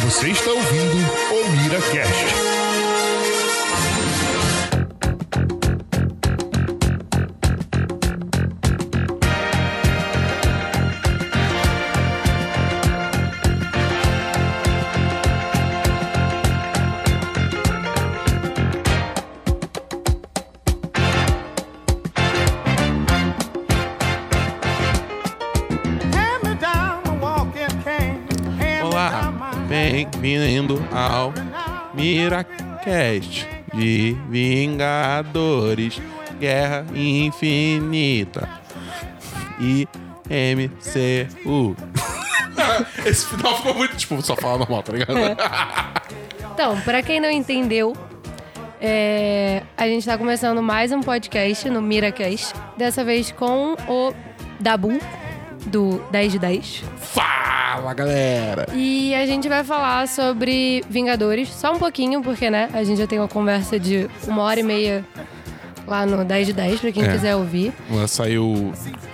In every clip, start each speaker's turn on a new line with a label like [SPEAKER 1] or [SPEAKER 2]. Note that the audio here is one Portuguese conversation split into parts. [SPEAKER 1] Você está ouvindo o MiraCast.
[SPEAKER 2] Olá, bem-vindo ao Miracast de Vingadores, Guerra Infinita e MCU. Esse final ficou muito tipo, só falar normal, tá ligado?
[SPEAKER 3] Então, pra quem não entendeu, é, a gente tá começando mais um podcast no MiraCast. Dessa vez com o Dabu, do 10 de 10.
[SPEAKER 2] Fala, galera!
[SPEAKER 3] E a gente vai falar sobre Vingadores, só um pouquinho, porque, né, a gente já tem uma conversa de uma hora e meia lá no 10 de 10, pra quem
[SPEAKER 2] É.
[SPEAKER 3] quiser ouvir,
[SPEAKER 2] Mas Saiu.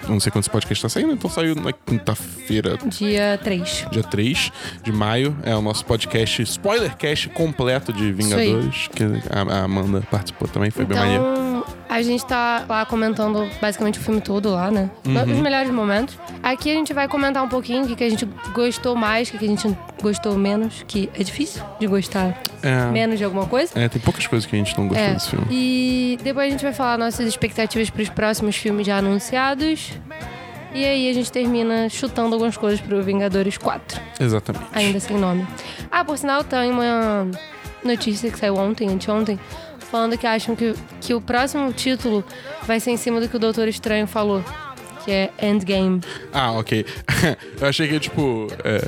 [SPEAKER 2] Não sei quantos podcasts tá saindo, então saiu na quinta-feira,
[SPEAKER 3] dia 3.
[SPEAKER 2] dia 3 de maio. É o nosso podcast, spoilercast completo de Vingadores, que a a Amanda participou também, foi bem maneiro.
[SPEAKER 3] Então, a gente tá lá comentando basicamente o filme todo lá, né?
[SPEAKER 2] Uhum.
[SPEAKER 3] Os melhores momentos. Aqui a gente vai comentar um pouquinho o que, que a gente gostou mais, o que, que a gente gostou menos, que é difícil de gostar
[SPEAKER 2] É,
[SPEAKER 3] menos de alguma coisa.
[SPEAKER 2] é, tem poucas coisas que a gente não gostou
[SPEAKER 3] É.
[SPEAKER 2] desse filme.
[SPEAKER 3] E depois a gente vai falar nossas expectativas pros próximos filmes já anunciados. E aí a gente termina chutando algumas coisas pro Vingadores 4,
[SPEAKER 2] Exatamente.
[SPEAKER 3] ainda sem nome. Ah, por sinal, tem uma notícia que saiu ontem, anteontem, falando que acham que, que o próximo título vai ser em cima do que o Doutor Estranho falou. Que é Endgame.
[SPEAKER 2] Ah, ok. Eu achei que, tipo, é,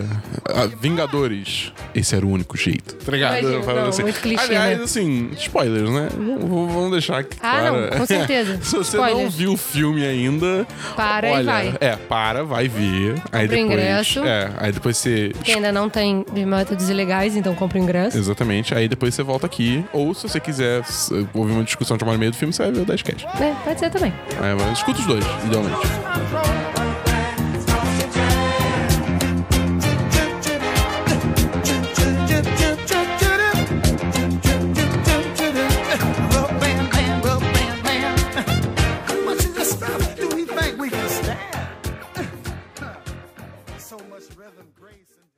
[SPEAKER 2] ah, Vingadores, esse era o único jeito. Tá ligado?
[SPEAKER 3] Imagina,
[SPEAKER 2] Eu falava
[SPEAKER 3] não, muito clichê,
[SPEAKER 2] Aliás,
[SPEAKER 3] né?
[SPEAKER 2] assim, spoilers, né? V- v- Vamos deixar aqui
[SPEAKER 3] Ah,
[SPEAKER 2] claro.
[SPEAKER 3] não, com certeza.
[SPEAKER 2] Se você não
[SPEAKER 3] Spoilers.
[SPEAKER 2] viu o filme ainda...
[SPEAKER 3] Para e
[SPEAKER 2] olha,
[SPEAKER 3] vai.
[SPEAKER 2] É, para, vai ver. Aí
[SPEAKER 3] Compra o
[SPEAKER 2] depois...
[SPEAKER 3] ingresso.
[SPEAKER 2] É, aí depois você...
[SPEAKER 3] Que ainda não tem os métodos ilegais, então compra o ingresso.
[SPEAKER 2] Exatamente. Aí depois você volta aqui. Ou se você quiser s- ouvir uma discussão de uma hora e meia do filme, você vai ver o 10 cast.
[SPEAKER 3] É, pode ser também.
[SPEAKER 2] É, mas escuta os dois, idealmente.
[SPEAKER 4] So much rhythm, grace, and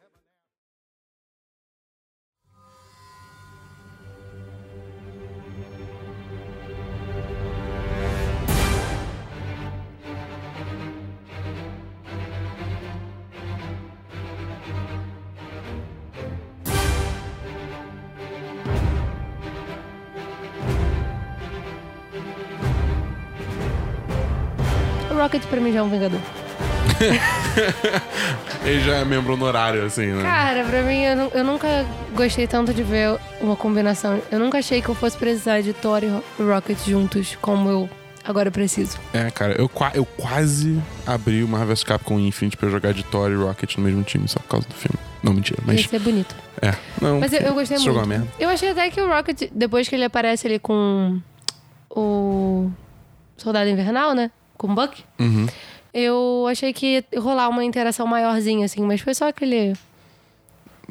[SPEAKER 3] O Rocket pra mim já é um Vingador.
[SPEAKER 2] Ele já é membro honorário, assim, né?
[SPEAKER 3] Cara, pra mim, eu, nu- eu nunca gostei tanto de ver uma combinação. Eu nunca achei que eu fosse precisar de Thor e Ro- Rocket juntos, como eu agora preciso.
[SPEAKER 2] É, cara, eu, qua- eu quase abri o Marvel vs Capcom Infinite pra eu jogar de Thor e Rocket no mesmo time, só por causa do filme. Não, mentira, mas.
[SPEAKER 3] Ia ser bonito.
[SPEAKER 2] É, não.
[SPEAKER 3] Mas eu, eu gostei
[SPEAKER 2] esse jogo
[SPEAKER 3] muito.
[SPEAKER 2] é uma merda.
[SPEAKER 3] Eu achei até que o Rocket, depois que ele aparece ali com o Soldado Invernal, né? Com o Buck,
[SPEAKER 2] Uhum.
[SPEAKER 3] eu achei que ia rolar uma interação maiorzinha, assim, mas foi só aquele.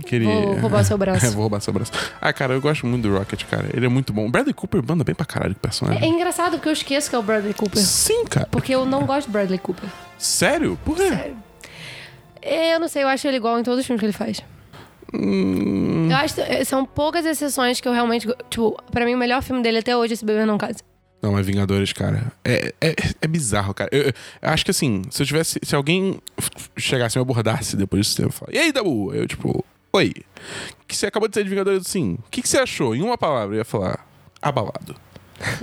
[SPEAKER 2] Queria...
[SPEAKER 3] Vou roubar seu braço.
[SPEAKER 2] É, vou roubar seu braço. Ah, cara, eu gosto muito do Rocket, cara. Ele é muito bom. O Bradley Cooper manda bem pra caralho com o
[SPEAKER 3] É
[SPEAKER 2] personagem.
[SPEAKER 3] engraçado que eu esqueço que é o Bradley Cooper.
[SPEAKER 2] Sim, cara.
[SPEAKER 3] Porque eu não gosto de Bradley Cooper.
[SPEAKER 2] Sério? Por quê?
[SPEAKER 3] Eu não sei, eu acho ele igual em todos os filmes que ele faz.
[SPEAKER 2] Hum,
[SPEAKER 3] Eu acho eh, são poucas exceções que eu realmente. go- Tipo, pra mim, o melhor filme dele até hoje é Esse Bebê Não Casa.
[SPEAKER 2] Não, mas Vingadores, cara, é, é, é bizarro, cara. Eu, eu- eu acho que assim, se eu tivesse. Se alguém f- f- chegasse e me abordasse depois disso, eu ia falar, e aí, Dabu? Eu, tipo, oi. Que você acabou de sair de Vingadores sim. O que, que você achou? Em uma palavra, eu ia falar, abalado.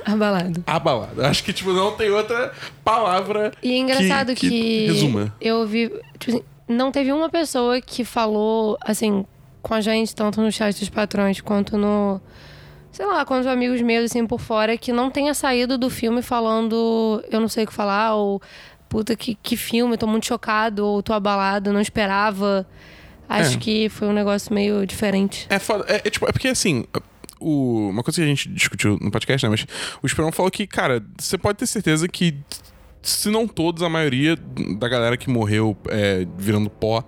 [SPEAKER 3] Abalado.
[SPEAKER 2] Abalado. Eu Acho que, tipo, não tem outra palavra.
[SPEAKER 3] E é engraçado que.
[SPEAKER 2] Resuma.
[SPEAKER 3] Eu vi. Tipo assim, não teve uma pessoa que falou, assim, com a gente, tanto no chat dos patrões quanto no. Sei lá, com os amigos meus, assim, por fora, que não tenha saído do filme falando eu não sei o que falar, ou puta, que, que filme, tô muito chocado, ou tô abalado, não esperava. Acho
[SPEAKER 2] É.
[SPEAKER 3] que foi um negócio meio diferente.
[SPEAKER 2] É foda. É, é tipo, é porque assim. o- uma coisa que a gente discutiu no podcast, né? Mas o Esperão falou que, cara, você pode ter certeza que se não todos, a maioria da galera que morreu é, virando pó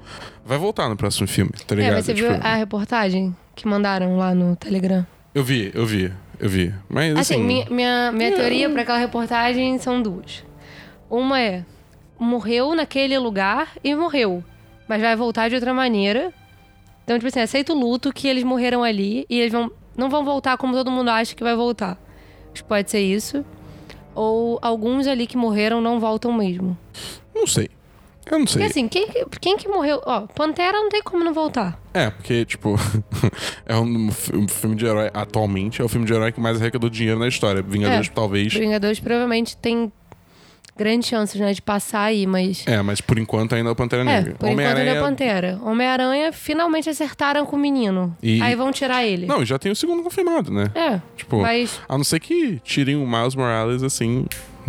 [SPEAKER 2] vai voltar no próximo filme, tá
[SPEAKER 3] É,
[SPEAKER 2] ligado?
[SPEAKER 3] mas você viu
[SPEAKER 2] Tipo,
[SPEAKER 3] a reportagem que mandaram lá no Telegram?
[SPEAKER 2] Eu vi, eu vi, eu vi. Mas assim.
[SPEAKER 3] Assim, minha, minha, minha teoria pra aquela reportagem são duas. Uma é, morreu naquele lugar e morreu, mas vai voltar de outra maneira. Então, tipo assim, aceita o luto que eles morreram ali e eles vão, não vão voltar como todo mundo acha que vai voltar. Acho que pode ser isso. Ou alguns ali que morreram não voltam mesmo.
[SPEAKER 2] Não sei. Eu não sei.
[SPEAKER 3] Porque assim, quem, que- quem que morreu? Ó, Pantera não tem como não voltar.
[SPEAKER 2] É, porque, tipo, é um, fi- um filme de herói. Atualmente é o filme de herói que mais arrecadou dinheiro na história. Vingadores,
[SPEAKER 3] É.
[SPEAKER 2] talvez.
[SPEAKER 3] Os Vingadores provavelmente tem grandes chances, né, de passar aí, mas...
[SPEAKER 2] É, mas por enquanto ainda é o Pantera
[SPEAKER 3] É,
[SPEAKER 2] Negra.
[SPEAKER 3] por enquanto ele é Pantera. Homem-Aranha finalmente acertaram com o menino.
[SPEAKER 2] E-
[SPEAKER 3] Aí vão tirar ele.
[SPEAKER 2] Não, já tem o segundo confirmado, né?
[SPEAKER 3] É.
[SPEAKER 2] Tipo,
[SPEAKER 3] Mas.
[SPEAKER 2] a não ser que tirem o Miles Morales assim.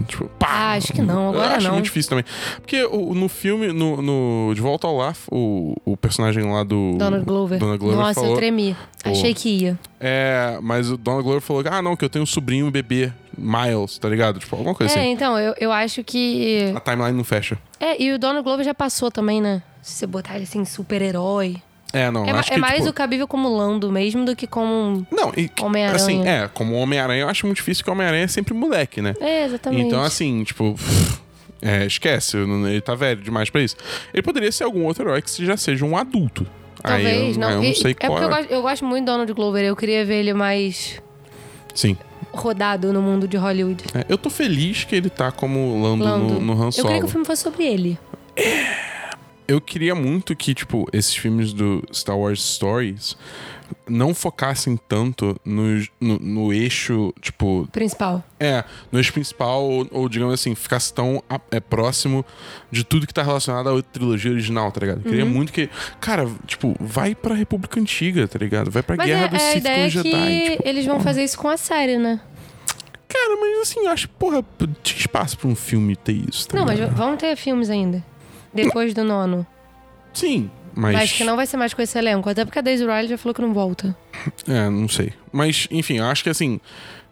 [SPEAKER 2] Tipo, pá!
[SPEAKER 3] Ah, acho que não,
[SPEAKER 2] Eu
[SPEAKER 3] agora
[SPEAKER 2] acho
[SPEAKER 3] não.
[SPEAKER 2] muito difícil também. Porque o- no filme, no, no De Volta ao Lar, o, o personagem lá do.
[SPEAKER 3] Donald Glover.
[SPEAKER 2] Donald Glover
[SPEAKER 3] Nossa,
[SPEAKER 2] falou,
[SPEAKER 3] eu tremi.
[SPEAKER 2] Pô.
[SPEAKER 3] Achei que ia.
[SPEAKER 2] É, mas o Donald Glover falou: ah, não, que eu tenho um sobrinho bebê, Miles, tá ligado? Tipo, alguma coisa
[SPEAKER 3] É,
[SPEAKER 2] assim.
[SPEAKER 3] então, eu, eu acho que.
[SPEAKER 2] A timeline não fecha.
[SPEAKER 3] É, e o Donald Glover já passou também, né? Se você botar ele assim, super-herói.
[SPEAKER 2] É, não,
[SPEAKER 3] É, ma-
[SPEAKER 2] acho
[SPEAKER 3] é
[SPEAKER 2] que.
[SPEAKER 3] mais
[SPEAKER 2] tipo,
[SPEAKER 3] o cabível como Lando mesmo do que como. um-
[SPEAKER 2] Não, e,
[SPEAKER 3] Homem-Aranha.
[SPEAKER 2] assim, é, como Homem-Aranha, eu acho muito difícil que o Homem-Aranha é sempre moleque, né?
[SPEAKER 3] É, exatamente.
[SPEAKER 2] Então, assim, tipo. é, esquece, eu não- ele tá velho demais pra isso. Ele poderia ser algum outro herói que já seja um adulto.
[SPEAKER 3] Talvez,
[SPEAKER 2] Aí eu
[SPEAKER 3] não.
[SPEAKER 2] eu
[SPEAKER 3] E-
[SPEAKER 2] não sei
[SPEAKER 3] é
[SPEAKER 2] qual
[SPEAKER 3] porque eu
[SPEAKER 2] é.
[SPEAKER 3] gosto, eu gosto muito do Donald Glover. Eu queria ver ele mais
[SPEAKER 2] Sim.
[SPEAKER 3] rodado no mundo de Hollywood.
[SPEAKER 2] É, eu tô feliz que ele tá como Lando,
[SPEAKER 3] Lando.
[SPEAKER 2] no, no Han
[SPEAKER 3] eu
[SPEAKER 2] Solo.
[SPEAKER 3] queria que o filme fosse sobre ele.
[SPEAKER 2] eu queria muito que, tipo, esses filmes do Star Wars Stories não focassem tanto nos- no, no eixo, tipo,
[SPEAKER 3] Principal.
[SPEAKER 2] é, no eixo principal, ou, ou, digamos assim, ficasse tão a- é, próximo de tudo que tá relacionado à trilogia original, tá ligado? Eu
[SPEAKER 3] Uhum.
[SPEAKER 2] Queria muito que. Cara, tipo, vai pra República Antiga, tá ligado? Vai pra
[SPEAKER 3] Mas
[SPEAKER 2] Guerra
[SPEAKER 3] é,
[SPEAKER 2] do
[SPEAKER 3] é a
[SPEAKER 2] Sith com
[SPEAKER 3] ideia
[SPEAKER 2] os
[SPEAKER 3] que
[SPEAKER 2] Jedi. tipo,
[SPEAKER 3] eles vão fazer isso com a série, né?
[SPEAKER 2] cara, mas assim, eu acho, porra, p- tinha espaço pra um filme ter isso, tá
[SPEAKER 3] não, mas
[SPEAKER 2] ligado?
[SPEAKER 3] vão ter filmes ainda. Depois do nono.
[SPEAKER 2] Sim, mas.
[SPEAKER 3] Mas... Acho que não vai ser mais com esse elenco. Até porque a Daisy Riley já falou que não volta.
[SPEAKER 2] É, não sei. Mas, enfim, eu acho que assim.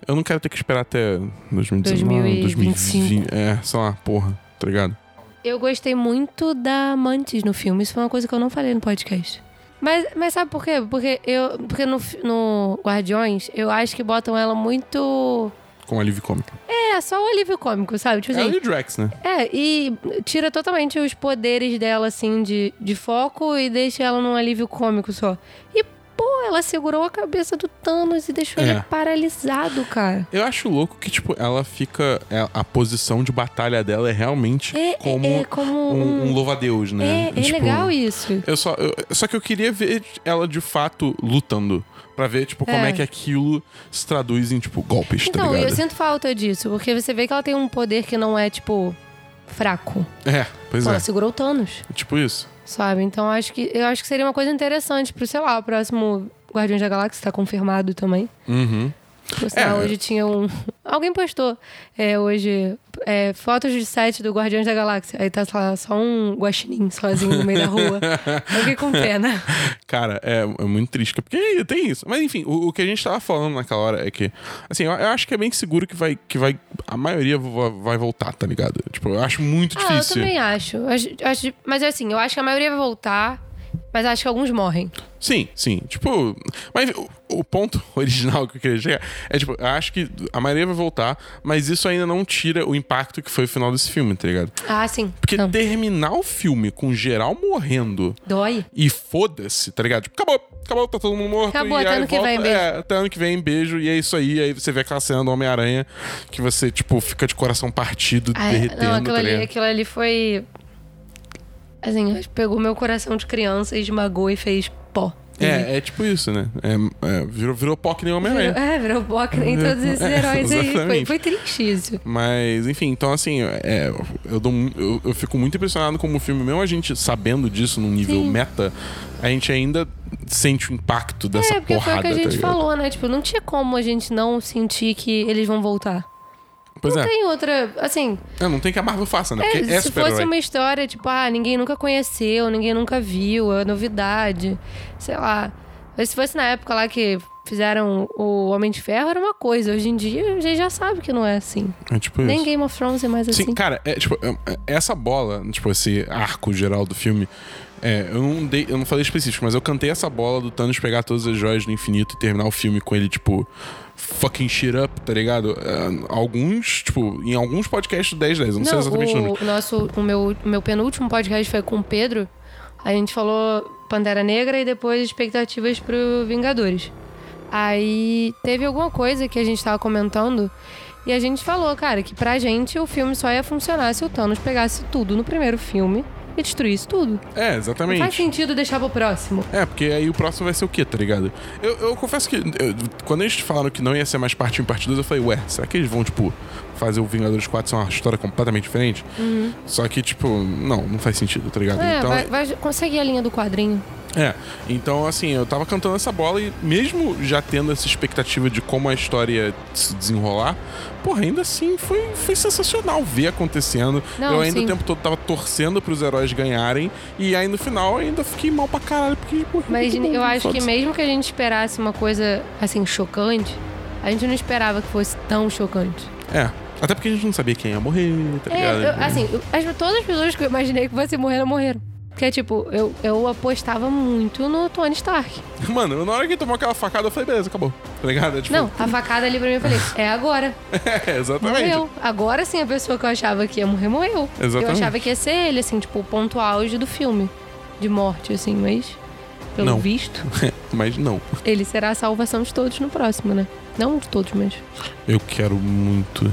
[SPEAKER 2] Eu não quero ter que esperar até 2019,
[SPEAKER 3] 2025.
[SPEAKER 2] 2020. É, sei lá, porra, tá ligado?
[SPEAKER 3] Eu gostei muito da Mantis no filme. Isso foi uma coisa que eu não falei no podcast. Mas, mas sabe por quê? Porque, eu, porque no, fi- no Guardiões, eu acho que botam ela muito...
[SPEAKER 2] Com alívio cômico.
[SPEAKER 3] É, só o alívio cômico, sabe? Tipo
[SPEAKER 2] É
[SPEAKER 3] assim,
[SPEAKER 2] o Drax, né?
[SPEAKER 3] É, e tira totalmente os poderes dela, assim, de, de foco e deixa ela num alívio cômico só. E, pô, ela segurou a cabeça do Thanos e deixou
[SPEAKER 2] É.
[SPEAKER 3] ele paralisado, cara.
[SPEAKER 2] Eu acho louco que, tipo, ela fica. é, A posição de batalha dela é realmente
[SPEAKER 3] É, é-
[SPEAKER 2] como
[SPEAKER 3] é como
[SPEAKER 2] um, um
[SPEAKER 3] um-
[SPEAKER 2] louva-a-Deus, né?
[SPEAKER 3] É, é legal isso.
[SPEAKER 2] Eu só, eu- só que eu queria ver ela de fato lutando. Pra ver, tipo, como é,
[SPEAKER 3] É.
[SPEAKER 2] que aquilo se traduz em, tipo, golpes, tá
[SPEAKER 3] Então, e
[SPEAKER 2] ligado?
[SPEAKER 3] eu sinto falta disso, porque você vê que ela tem um poder que não é, tipo, fraco.
[SPEAKER 2] É, pois
[SPEAKER 3] Pô,
[SPEAKER 2] é.
[SPEAKER 3] Ela segurou o Thanos,
[SPEAKER 2] Tipo isso.
[SPEAKER 3] sabe? Então, acho que, eu acho que seria uma coisa interessante pro, sei lá, o próximo Guardiões da Galáxia, tá confirmado também.
[SPEAKER 2] Uhum.
[SPEAKER 3] Por sinal,
[SPEAKER 2] É.
[SPEAKER 3] hoje tinha um. Alguém postou é, hoje é, fotos de set do Guardiões da Galáxia. Aí tá lá, só um guaxinim sozinho no meio da rua. Eu fiquei com pena.
[SPEAKER 2] Cara, é, é muito triste, porque tem isso. Mas enfim, o, o que a gente tava falando naquela hora é que, assim, eu, eu acho que é bem seguro que vai, que vai, a maioria va- vai voltar, tá ligado? Tipo, eu acho muito
[SPEAKER 3] Ah, eu
[SPEAKER 2] difícil.
[SPEAKER 3] também acho. Eu acho- eu acho- Mas assim, eu acho que a maioria vai voltar, mas acho que alguns morrem.
[SPEAKER 2] Sim, sim. Tipo, mas o, o ponto original que eu queria chegar é, tipo, eu acho que a maioria vai voltar, mas isso ainda não tira o impacto que foi o final desse filme, tá ligado?
[SPEAKER 3] Ah, sim.
[SPEAKER 2] Porque
[SPEAKER 3] Não.
[SPEAKER 2] terminar o filme com geral morrendo
[SPEAKER 3] Dói.
[SPEAKER 2] E foda-se, tá ligado? Tipo, acabou, acabou, tá todo mundo morto.
[SPEAKER 3] Acabou,
[SPEAKER 2] e
[SPEAKER 3] até
[SPEAKER 2] aí
[SPEAKER 3] ano que
[SPEAKER 2] volta-
[SPEAKER 3] vem, beijo.
[SPEAKER 2] É, até ano que vem, beijo. E é isso aí. Aí você vê aquela cena do Homem-Aranha que você, tipo, fica de coração partido,
[SPEAKER 3] Ah,
[SPEAKER 2] derretendo,
[SPEAKER 3] não, aquilo
[SPEAKER 2] tá
[SPEAKER 3] ali,
[SPEAKER 2] ligado?
[SPEAKER 3] aquilo ali foi. Assim, pegou meu coração de criança, esmagou e fez pó.
[SPEAKER 2] É, é tipo isso, né? É, é, virou, virou pó que nem o Homem-Aranha.
[SPEAKER 3] Virou, é, virou boca em todos esses
[SPEAKER 2] É,
[SPEAKER 3] heróis aí. Foi,
[SPEAKER 2] exatamente.
[SPEAKER 3] foi triste isso.
[SPEAKER 2] Mas, enfim, então assim, é, eu, dou mu- eu- eu fico muito impressionado como o filme, mesmo a gente sabendo disso num nível
[SPEAKER 3] Sim.
[SPEAKER 2] meta, a gente ainda sente o impacto dessa
[SPEAKER 3] É, porque
[SPEAKER 2] porrada,
[SPEAKER 3] foi o que a
[SPEAKER 2] tá
[SPEAKER 3] gente
[SPEAKER 2] ligado?
[SPEAKER 3] falou, né? Tipo, não tinha como a gente não sentir que eles vão voltar.
[SPEAKER 2] Pois
[SPEAKER 3] não
[SPEAKER 2] é.
[SPEAKER 3] tem outra. Assim,
[SPEAKER 2] é, não tem que a Marvel faça, né?
[SPEAKER 3] é,
[SPEAKER 2] Porque é
[SPEAKER 3] se
[SPEAKER 2] super-herói.
[SPEAKER 3] fosse uma história, tipo, ah, ninguém nunca conheceu, ninguém nunca viu, é novidade, sei lá. Mas se fosse na época lá que fizeram o Homem de Ferro era uma coisa. Hoje em dia a gente já sabe que não é assim.
[SPEAKER 2] É tipo
[SPEAKER 3] Nem
[SPEAKER 2] isso.
[SPEAKER 3] Game of Thrones é mais
[SPEAKER 2] Sim,
[SPEAKER 3] assim.
[SPEAKER 2] cara, é, tipo, é, é, essa bola, tipo, esse arco geral do filme, é, eu, não dei, eu não falei específico, mas eu cantei essa bola do Thanos pegar todas as joias do infinito e terminar o filme com ele, tipo, fucking shit up, tá ligado? É, alguns, tipo, em alguns podcasts do 10 10, eu não, sei exatamente o número.
[SPEAKER 3] o, o nosso, o meu, o meu penúltimo podcast foi com o Pedro. A gente falou Pantera Negra e depois expectativas pro Vingadores. Aí teve alguma coisa que a gente tava comentando e a gente falou, cara, que pra gente o filme só ia funcionar se o Thanos pegasse tudo no primeiro filme e destruísse tudo.
[SPEAKER 2] É,
[SPEAKER 3] Não faz
[SPEAKER 2] exatamente.
[SPEAKER 3] sentido deixar pro próximo.
[SPEAKER 2] É, porque aí o próximo vai ser o quê, tá ligado? Eu, eu confesso que eu- quando eles falaram que não ia ser mais parte 1 e parte 2, eu falei, ué, será que eles vão, tipo, fazer o Vingadores 4 ser uma história completamente diferente? Só que, tipo, não, não faz sentido, tá ligado?
[SPEAKER 3] Uhum. É, vai, vai conseguir a linha do quadrinho.
[SPEAKER 2] É, então assim, eu tava cantando essa bola e mesmo já tendo essa expectativa de como a história ia se desenrolar, porra, ainda assim foi, foi sensacional ver acontecendo.
[SPEAKER 3] Não,
[SPEAKER 2] eu ainda
[SPEAKER 3] sim.
[SPEAKER 2] o tempo todo tava torcendo pros heróis ganharem e aí no final eu ainda fiquei mal pra caralho, porque porra,
[SPEAKER 3] Mas
[SPEAKER 2] muito bom,
[SPEAKER 3] eu acho que
[SPEAKER 2] foda-se.
[SPEAKER 3] mesmo que a gente esperasse uma coisa, assim, chocante, a gente não esperava que fosse tão chocante.
[SPEAKER 2] É, até porque a gente não sabia quem ia morrer, tá
[SPEAKER 3] É,
[SPEAKER 2] ligado?
[SPEAKER 3] eu- assim, eu- as- todas as pessoas que eu imaginei que fossem morrer, não morreram. Porque, tipo, eu, eu apostava muito no Tony Stark.
[SPEAKER 2] Mano, na hora que ele tomou aquela facada, eu falei, beleza, acabou. Tá ligado? É, tipo,
[SPEAKER 3] Não, a facada ali pra mim, eu falei, é agora.
[SPEAKER 2] é, exatamente.
[SPEAKER 3] Morreu. Agora sim, a pessoa que eu achava que ia morrer, morreu. Eu
[SPEAKER 2] Exatamente.
[SPEAKER 3] achava que ia ser ele, assim, tipo, o ponto auge do filme. De morte, assim, mas... Pelo
[SPEAKER 2] Não.
[SPEAKER 3] visto,
[SPEAKER 2] Mas não.
[SPEAKER 3] ele será a salvação de todos no próximo, né? Não de todos, mas...
[SPEAKER 2] Eu quero muito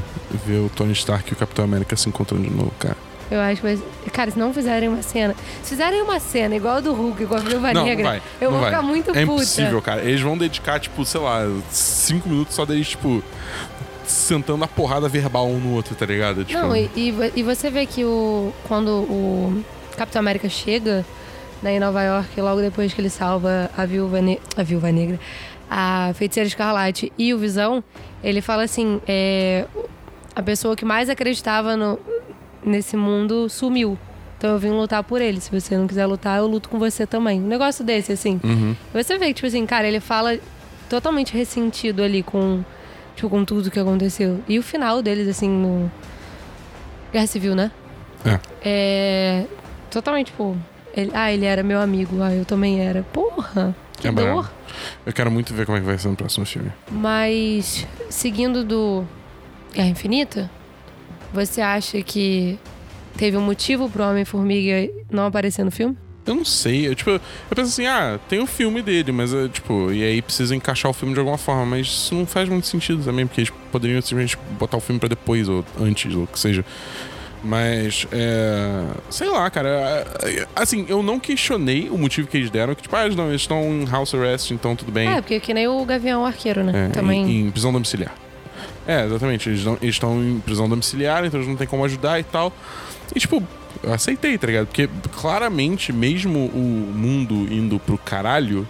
[SPEAKER 2] ver o Tony Stark e o Capitão América se encontrando de novo, cara.
[SPEAKER 3] Eu acho, mas... Cara, se não fizerem uma cena... Se fizerem uma cena igual a do Hulk, igual a Viúva
[SPEAKER 2] Não,
[SPEAKER 3] Negra...
[SPEAKER 2] não vai.
[SPEAKER 3] eu
[SPEAKER 2] não
[SPEAKER 3] vou
[SPEAKER 2] vai.
[SPEAKER 3] ficar muito
[SPEAKER 2] É
[SPEAKER 3] puta.
[SPEAKER 2] impossível, cara. Eles vão dedicar, tipo, sei lá, cinco minutos só deles, tipo, sentando a porrada verbal um no outro, tá ligado? Tipo,
[SPEAKER 3] Não, e, e vo- e você vê que o, quando o Capitão América chega né, em Nova York, logo depois que ele salva a viúva, ne a viúva negra, a feiticeira escarlate e o Visão, ele fala assim: é, a pessoa que mais acreditava no- nesse mundo sumiu. Então eu vim lutar por ele. Se você não quiser lutar, eu luto com você também. Um negócio desse, assim. Você vê que, tipo assim, cara, ele fala totalmente ressentido ali com, tipo, com tudo que aconteceu. E o final deles, assim, no Guerra Civil, né?
[SPEAKER 2] É.
[SPEAKER 3] É. Totalmente, tipo. ele- ah, ele era meu amigo. Ah, eu também era. Porra! Que
[SPEAKER 2] É
[SPEAKER 3] dor!
[SPEAKER 2] brabo. eu quero muito ver como é que vai ser no próximo filme.
[SPEAKER 3] Mas, seguindo do Guerra Infinita, você acha que teve um motivo pro Homem-Formiga não aparecer no filme?
[SPEAKER 2] Eu não sei, eu, tipo, eu penso assim, ah, tem o filme dele, mas, é, tipo, e aí precisa encaixar o filme de alguma forma, mas isso não faz muito sentido também, porque eles poderiam simplesmente botar o filme pra depois, ou antes, ou o que seja. Mas, é. Sei lá, cara. é, é, Assim, eu não questionei o motivo que eles deram, que, tipo, ah, eles não, eles estão em house arrest, então tudo bem.
[SPEAKER 3] É, porque que nem o Gavião Arqueiro, né?
[SPEAKER 2] É,
[SPEAKER 3] também.
[SPEAKER 2] em, em prisão domiciliar. É, exatamente. Eles não- eles estão em prisão domiciliar, então eles não tem como ajudar e tal. E, tipo, eu aceitei, tá ligado? Porque claramente, mesmo o mundo indo pro caralho,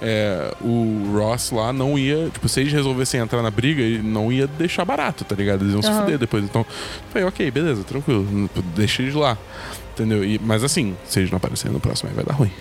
[SPEAKER 2] é, o Ross lá não ia. Tipo, se eles resolvessem entrar na briga, ele não ia deixar barato, tá ligado? Eles iam se
[SPEAKER 3] Aham.
[SPEAKER 2] fuder depois. Então, falei, ok, beleza, tranquilo. tipo, Deixa eles lá. Entendeu? E- mas assim, se eles não aparecerem no próximo, aí vai dar ruim.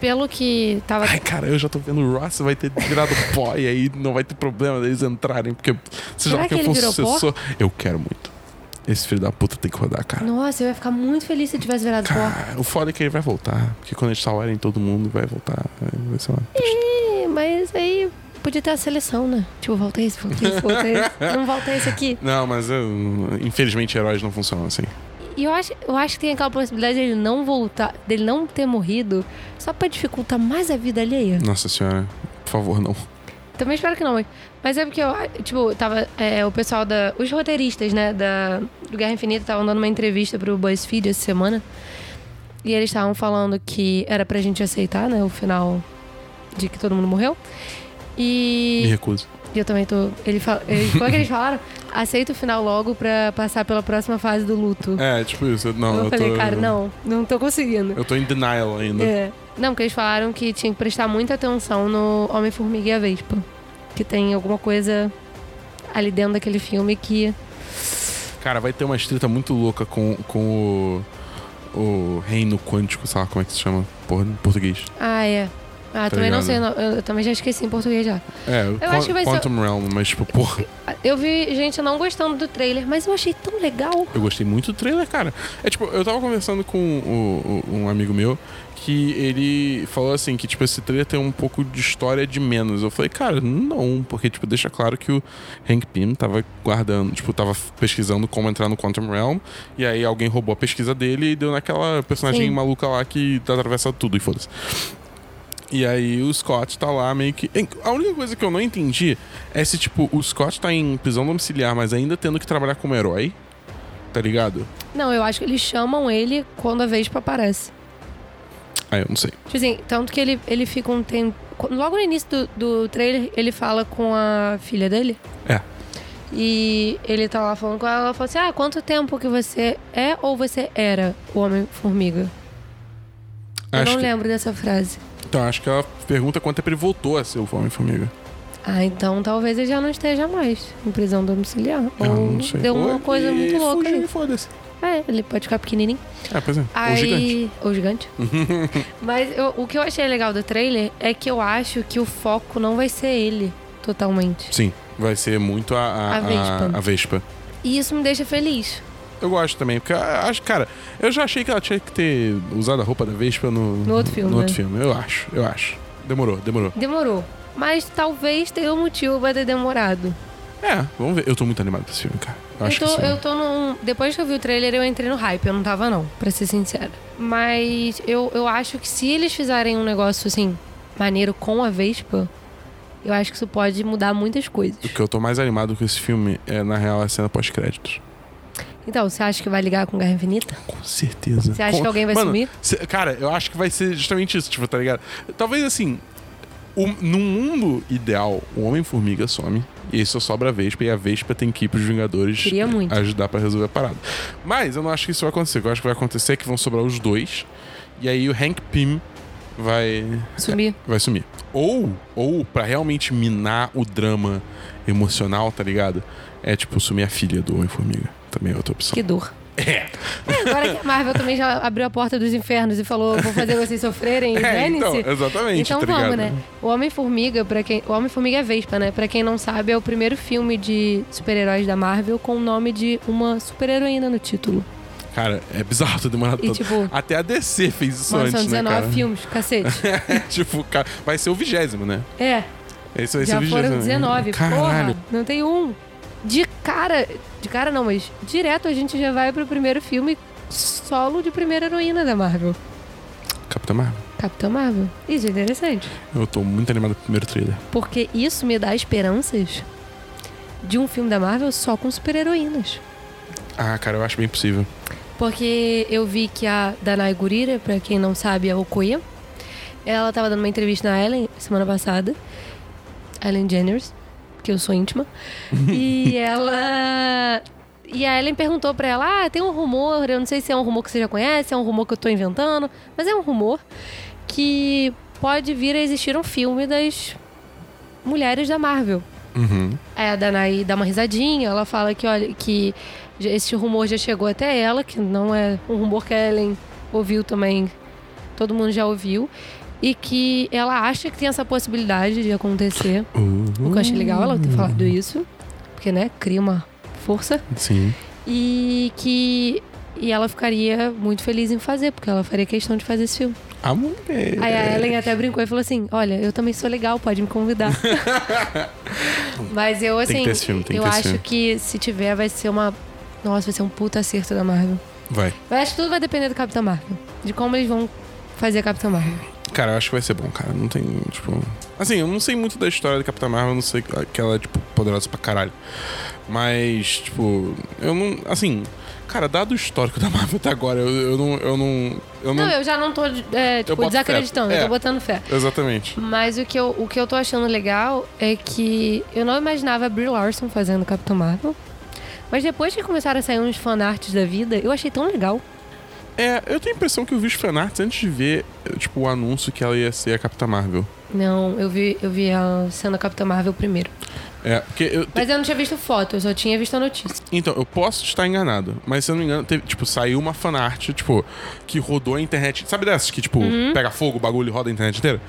[SPEAKER 3] Pelo que tava.
[SPEAKER 2] Ai, cara, eu já tô vendo o Ross vai ter virado pó e aí não vai ter problema deles entrarem, porque se já
[SPEAKER 3] Será que
[SPEAKER 2] quem
[SPEAKER 3] ele
[SPEAKER 2] for
[SPEAKER 3] virou pó?
[SPEAKER 2] sucessor, eu quero muito. Esse filho da puta tem que rodar, cara.
[SPEAKER 3] Nossa, eu ia ficar muito feliz se tivesse virado pó.
[SPEAKER 2] Cara, o foda é que ele vai voltar. Porque quando eles salarem todo mundo, vai voltar. Vai ser uma tristeza.
[SPEAKER 3] Ih, Mas aí podia ter a seleção, né? Tipo, volta esse, volta esse, volta esse. Não volta esse aqui.
[SPEAKER 2] Não, mas eu, infelizmente heróis não funcionam assim.
[SPEAKER 3] E eu acho, eu acho que tem aquela possibilidade dele não voltar, dele não ter morrido, só pra dificultar mais a vida alheia.
[SPEAKER 2] Nossa senhora, por favor, não.
[SPEAKER 3] Também espero que não, mas, mas é porque eu, tipo, tava é, o pessoal da. Os roteiristas, né, da, do Guerra Infinita estavam dando uma entrevista pro BuzzFeed essa semana. E eles estavam falando que era pra gente aceitar, né, o final de que todo mundo morreu.
[SPEAKER 2] Me
[SPEAKER 3] E
[SPEAKER 2] recuso.
[SPEAKER 3] e eu também tô. Ele fala, ele- como é que eles falaram? Aceita o final logo pra passar pela próxima fase do luto.
[SPEAKER 2] É, tipo isso. eu- Não,
[SPEAKER 3] eu,
[SPEAKER 2] eu,
[SPEAKER 3] falei,
[SPEAKER 2] tô.
[SPEAKER 3] cara, não, não tô conseguindo.
[SPEAKER 2] Eu tô em denial ainda.
[SPEAKER 3] É. Não, porque eles falaram que tinha que prestar muita atenção no Homem-Formiga e a Vespa. Que tem alguma coisa ali dentro daquele filme que.
[SPEAKER 2] Cara, vai ter uma estrita muito louca com, com o. O reino quântico, sei lá como é que se chama? Porra, em português.
[SPEAKER 3] Ah, é. Ah, também não
[SPEAKER 2] ligado?
[SPEAKER 3] sei. não. Eu, eu também já esqueci em português já.
[SPEAKER 2] É, Quan-
[SPEAKER 3] acho que vai ser-
[SPEAKER 2] Quantum Realm, mas tipo, porra,
[SPEAKER 3] Eu vi gente não gostando do trailer, mas eu achei tão legal.
[SPEAKER 2] eu gostei muito do trailer, cara. É tipo, eu tava conversando com o- o- um amigo meu que ele falou assim que tipo esse trailer tem um pouco de história de menos. Eu falei, cara, não, porque tipo deixa claro que o Hank Pym tava guardando, tipo, tava pesquisando como entrar no Quantum Realm e aí alguém roubou a pesquisa dele e deu naquela personagem
[SPEAKER 3] Sim.
[SPEAKER 2] maluca lá que atravessa tudo e foda-se. E aí o Scott tá lá meio que. A única coisa que eu não entendi é se, tipo, o Scott tá em prisão domiciliar, mas ainda tendo que trabalhar como herói. Tá ligado?
[SPEAKER 3] Não, eu acho que eles chamam ele quando a Vespa aparece.
[SPEAKER 2] Ah, eu não sei.
[SPEAKER 3] Tipo assim, tanto que ele, ele fica um tempo. Logo no início do, do trailer, ele fala com a filha dele.
[SPEAKER 2] É.
[SPEAKER 3] E ele tá lá falando com ela, ela fala assim: Ah, quanto tempo que você é ou você era o Homem-Formiga? Eu
[SPEAKER 2] Acho
[SPEAKER 3] não
[SPEAKER 2] que-
[SPEAKER 3] lembro dessa frase.
[SPEAKER 2] Então, acho que ela pergunta quanto tempo ele voltou a ser o Homem-Formiga.
[SPEAKER 3] Ah, então talvez ele já não esteja mais em prisão domiciliar.
[SPEAKER 2] Eu
[SPEAKER 3] ou
[SPEAKER 2] Ah, não sei.
[SPEAKER 3] Hum, deu
[SPEAKER 2] Ou
[SPEAKER 3] uma
[SPEAKER 2] ele-
[SPEAKER 3] coisa muito
[SPEAKER 2] ele
[SPEAKER 3] louca.
[SPEAKER 2] fugiu
[SPEAKER 3] aí.
[SPEAKER 2] e foda-se.
[SPEAKER 3] É, ele pode ficar pequenininho.
[SPEAKER 2] É, pois é.
[SPEAKER 3] Aí...
[SPEAKER 2] O gigante.
[SPEAKER 3] Ou gigante. Mas eu- o que eu achei legal do trailer é que eu acho que o foco não vai ser ele totalmente.
[SPEAKER 2] Sim, vai ser muito a, a,
[SPEAKER 3] A Vespa.
[SPEAKER 2] a- a Vespa.
[SPEAKER 3] E isso me deixa feliz.
[SPEAKER 2] Eu gosto também, porque eu acho, cara, eu já achei que ela tinha que ter usado a roupa da Vespa no,
[SPEAKER 3] No outro filme,
[SPEAKER 2] No outro
[SPEAKER 3] né?
[SPEAKER 2] filme, eu acho, eu acho. Demorou, demorou.
[SPEAKER 3] Demorou. Mas talvez tenha um motivo pra ter demorado.
[SPEAKER 2] É, vamos ver. Eu tô muito animado pra esse filme, cara. Eu acho
[SPEAKER 3] eu tô,
[SPEAKER 2] que sim.
[SPEAKER 3] eu tô num. Depois que eu vi o trailer, eu entrei no hype. Eu não tava, não, pra ser sincera. Mas eu, eu acho que se eles fizerem um negócio assim, maneiro com a Vespa, eu acho que isso pode mudar muitas coisas.
[SPEAKER 2] O que eu tô mais animado com esse filme é, na real, a cena pós-créditos.
[SPEAKER 3] Então, você acha que vai ligar com Guerra Infinita?
[SPEAKER 2] Com certeza.
[SPEAKER 3] Você acha
[SPEAKER 2] Com-
[SPEAKER 3] que alguém vai
[SPEAKER 2] Mano,
[SPEAKER 3] sumir?
[SPEAKER 2] cê- cara, eu acho que vai ser justamente isso, tipo, tá ligado? Talvez assim. Um, num mundo ideal, o Homem-Formiga some e aí só sobra a Vespa e a Vespa tem que ir pros Vingadores
[SPEAKER 3] Queria muito.
[SPEAKER 2] ajudar pra resolver a parada. Mas eu não acho que isso vai acontecer. O que eu acho que vai acontecer é que vão sobrar os dois e aí o Hank Pym vai
[SPEAKER 3] Sumir?
[SPEAKER 2] vai sumir. Ou, ou para realmente minar o drama emocional, tá ligado? É tipo sumir a filha do Homem-Formiga. Também é outra opção.
[SPEAKER 3] Que dor.
[SPEAKER 2] É.
[SPEAKER 3] Agora que a Marvel também já abriu a porta dos infernos e falou, vou fazer vocês sofrerem, né,
[SPEAKER 2] É, então,
[SPEAKER 3] dane-se.
[SPEAKER 2] exatamente,
[SPEAKER 3] Então
[SPEAKER 2] tá
[SPEAKER 3] vamos,
[SPEAKER 2] ligado?
[SPEAKER 3] né? O Homem-Formiga, para quem. O Homem-Formiga é Vespa, né? Pra quem não sabe, é o primeiro filme de super-heróis da Marvel com o nome de uma super-heroína no título.
[SPEAKER 2] Cara, é bizarro ter demorado
[SPEAKER 3] E,
[SPEAKER 2] tanto.
[SPEAKER 3] tipo,
[SPEAKER 2] Até a DC fez isso
[SPEAKER 3] Mano,
[SPEAKER 2] antes,
[SPEAKER 3] são
[SPEAKER 2] né,
[SPEAKER 3] 19
[SPEAKER 2] cara?
[SPEAKER 3] filmes, cacete.
[SPEAKER 2] tipo, cara, vai ser o vigésimo, né?
[SPEAKER 3] É,
[SPEAKER 2] Esse vai ser
[SPEAKER 3] já
[SPEAKER 2] o vigésimo.
[SPEAKER 3] foram 19.
[SPEAKER 2] Caralho.
[SPEAKER 3] Porra, não tem um. De cara. De cara não, mas direto a gente já vai pro primeiro filme solo de primeira heroína da Marvel.
[SPEAKER 2] Capitão Marvel.
[SPEAKER 3] Capitã Marvel. Isso é interessante.
[SPEAKER 2] Eu tô muito animado com o primeiro trailer.
[SPEAKER 3] Porque isso me dá esperanças de um filme da Marvel só com super-heroínas.
[SPEAKER 2] Ah, cara, eu acho bem possível.
[SPEAKER 3] Porque eu vi que a Danai Gurira, pra quem não sabe, é Okoye. Ela tava dando uma entrevista na Ellen semana passada. Ellen DeGeneres, que eu sou íntima. e ela... E a Ellen perguntou pra ela, ah, tem um rumor, eu não sei se é um rumor que você já conhece, é um rumor que eu tô inventando, mas é um rumor que pode vir a existir um filme das mulheres da Marvel.
[SPEAKER 2] Uhum.
[SPEAKER 3] Aí a Danaí dá uma risadinha, ela fala que, olha, que já- esse rumor já chegou até ela, que não é um rumor que a Ellen ouviu também, todo mundo já ouviu, e que ela acha que tem essa possibilidade de acontecer.
[SPEAKER 2] Uh,
[SPEAKER 3] O que eu achei legal ela ter falado isso, porque, né, cria uma força.
[SPEAKER 2] Sim.
[SPEAKER 3] E que e ela ficaria muito feliz em fazer, porque ela faria questão de fazer esse filme.
[SPEAKER 2] A mulher.
[SPEAKER 3] Aí a Ellen até brincou e falou assim: Olha, eu também sou legal, pode me convidar. Mas eu, assim,
[SPEAKER 2] que ter esse filme, tem que
[SPEAKER 3] eu
[SPEAKER 2] ter esse
[SPEAKER 3] acho
[SPEAKER 2] filme.
[SPEAKER 3] que se tiver, vai ser uma. Nossa, vai ser um puta acerto da Marvel.
[SPEAKER 2] Vai.
[SPEAKER 3] Eu acho que tudo vai depender do Capitão Marvel. De como eles vão fazer a Capitão Marvel.
[SPEAKER 2] Cara, eu acho que vai ser bom, cara. Não tem, tipo. Assim, eu não sei muito da história da Capitã Marvel, eu não sei que ela é, tipo, poderosa pra caralho. Mas, tipo, eu não. Assim, cara, dado o histórico da Marvel até agora, eu, eu não. Eu não. Eu não,
[SPEAKER 3] Não, eu já não tô é, tipo,
[SPEAKER 2] boto
[SPEAKER 3] desacreditando,
[SPEAKER 2] fé.
[SPEAKER 3] eu
[SPEAKER 2] É.
[SPEAKER 3] tô botando fé.
[SPEAKER 2] Exatamente.
[SPEAKER 3] Mas o que, eu, o que eu tô achando legal é que eu não imaginava a Brie Larson fazendo Capitão Marvel. Mas depois que começaram a sair uns fanarts da vida, eu achei tão legal.
[SPEAKER 2] É, eu tenho a impressão que eu vi os fanarts antes de ver, eh, tipo, o anúncio que ela ia ser a Capitã Marvel.
[SPEAKER 3] Não, eu vi, eu vi ela sendo a Capitã Marvel primeiro.
[SPEAKER 2] É, porque eu. te-
[SPEAKER 3] Mas eu não tinha visto foto, eu só tinha visto a notícia.
[SPEAKER 2] Então, eu posso estar enganado, mas se eu não me engano, teve, tipo, saiu uma fanart, tipo, que rodou a internet. Sabe dessas que, tipo, pega fogo, o bagulho e roda a internet inteira?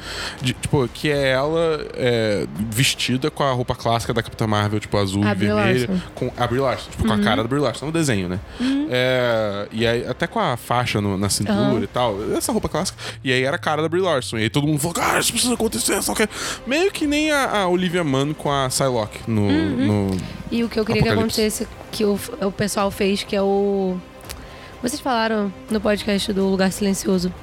[SPEAKER 2] De- tipo, que é ela é, vestida com a roupa clássica da Capitã Marvel, tipo, azul
[SPEAKER 3] A
[SPEAKER 2] e
[SPEAKER 3] Brie
[SPEAKER 2] vermelha.
[SPEAKER 3] Larson.
[SPEAKER 2] Com a Brie Larson, tipo, com a cara da Brie Larson, no desenho, né? É, e aí, até com a faixa no- na cintura
[SPEAKER 3] Aham.
[SPEAKER 2] e tal, essa roupa clássica. E aí era a cara da Brie Larson. E aí todo mundo falou, cara, isso precisa acontecer, só que... Meio que nem a, a Olivia Munn com a Psylocke no... no-
[SPEAKER 3] E o que eu queria que
[SPEAKER 2] Apocalipse.
[SPEAKER 3] acontecesse, que o, o pessoal fez, que é o. Vocês falaram no podcast do Lugar Silencioso.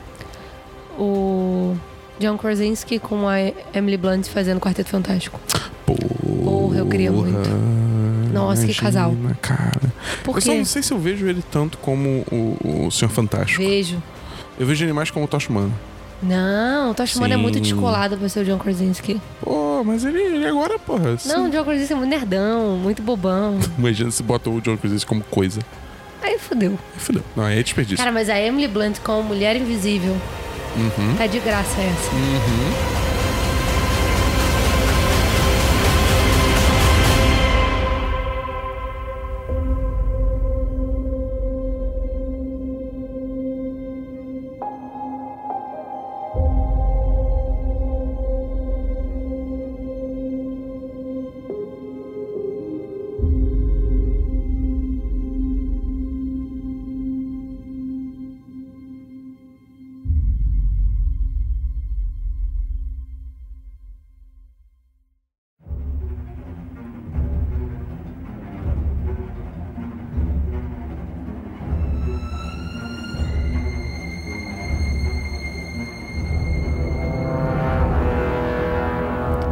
[SPEAKER 3] O. John Krasinski com a Emily Blunt fazendo Quarteto Fantástico. Porra, eu queria muito. então. Nossa, que casal.
[SPEAKER 2] Imagina, Cara.
[SPEAKER 3] Por
[SPEAKER 2] eu só um
[SPEAKER 3] quê?
[SPEAKER 2] não sei se eu vejo ele tanto como o, o Senhor Fantástico.
[SPEAKER 3] Vejo.
[SPEAKER 2] Eu vejo ele mais como o Tosh Humano.
[SPEAKER 3] Não, tô chamando é muito
[SPEAKER 2] Sim.
[SPEAKER 3] descolado pra ser o John Krasinski.
[SPEAKER 2] Pô, mas ele, ele agora, porra.
[SPEAKER 3] Não,
[SPEAKER 2] se-
[SPEAKER 3] o John Krasinski é muito nerdão, muito bobão.
[SPEAKER 2] Imagina se bota o John Krasinski como coisa.
[SPEAKER 3] Aí fodeu.
[SPEAKER 2] Aí Fudeu. Não, aí é desperdício.
[SPEAKER 3] Cara, mas a Emily Blunt com Mulher Invisível.
[SPEAKER 2] Uhum.
[SPEAKER 3] Tá de graça essa.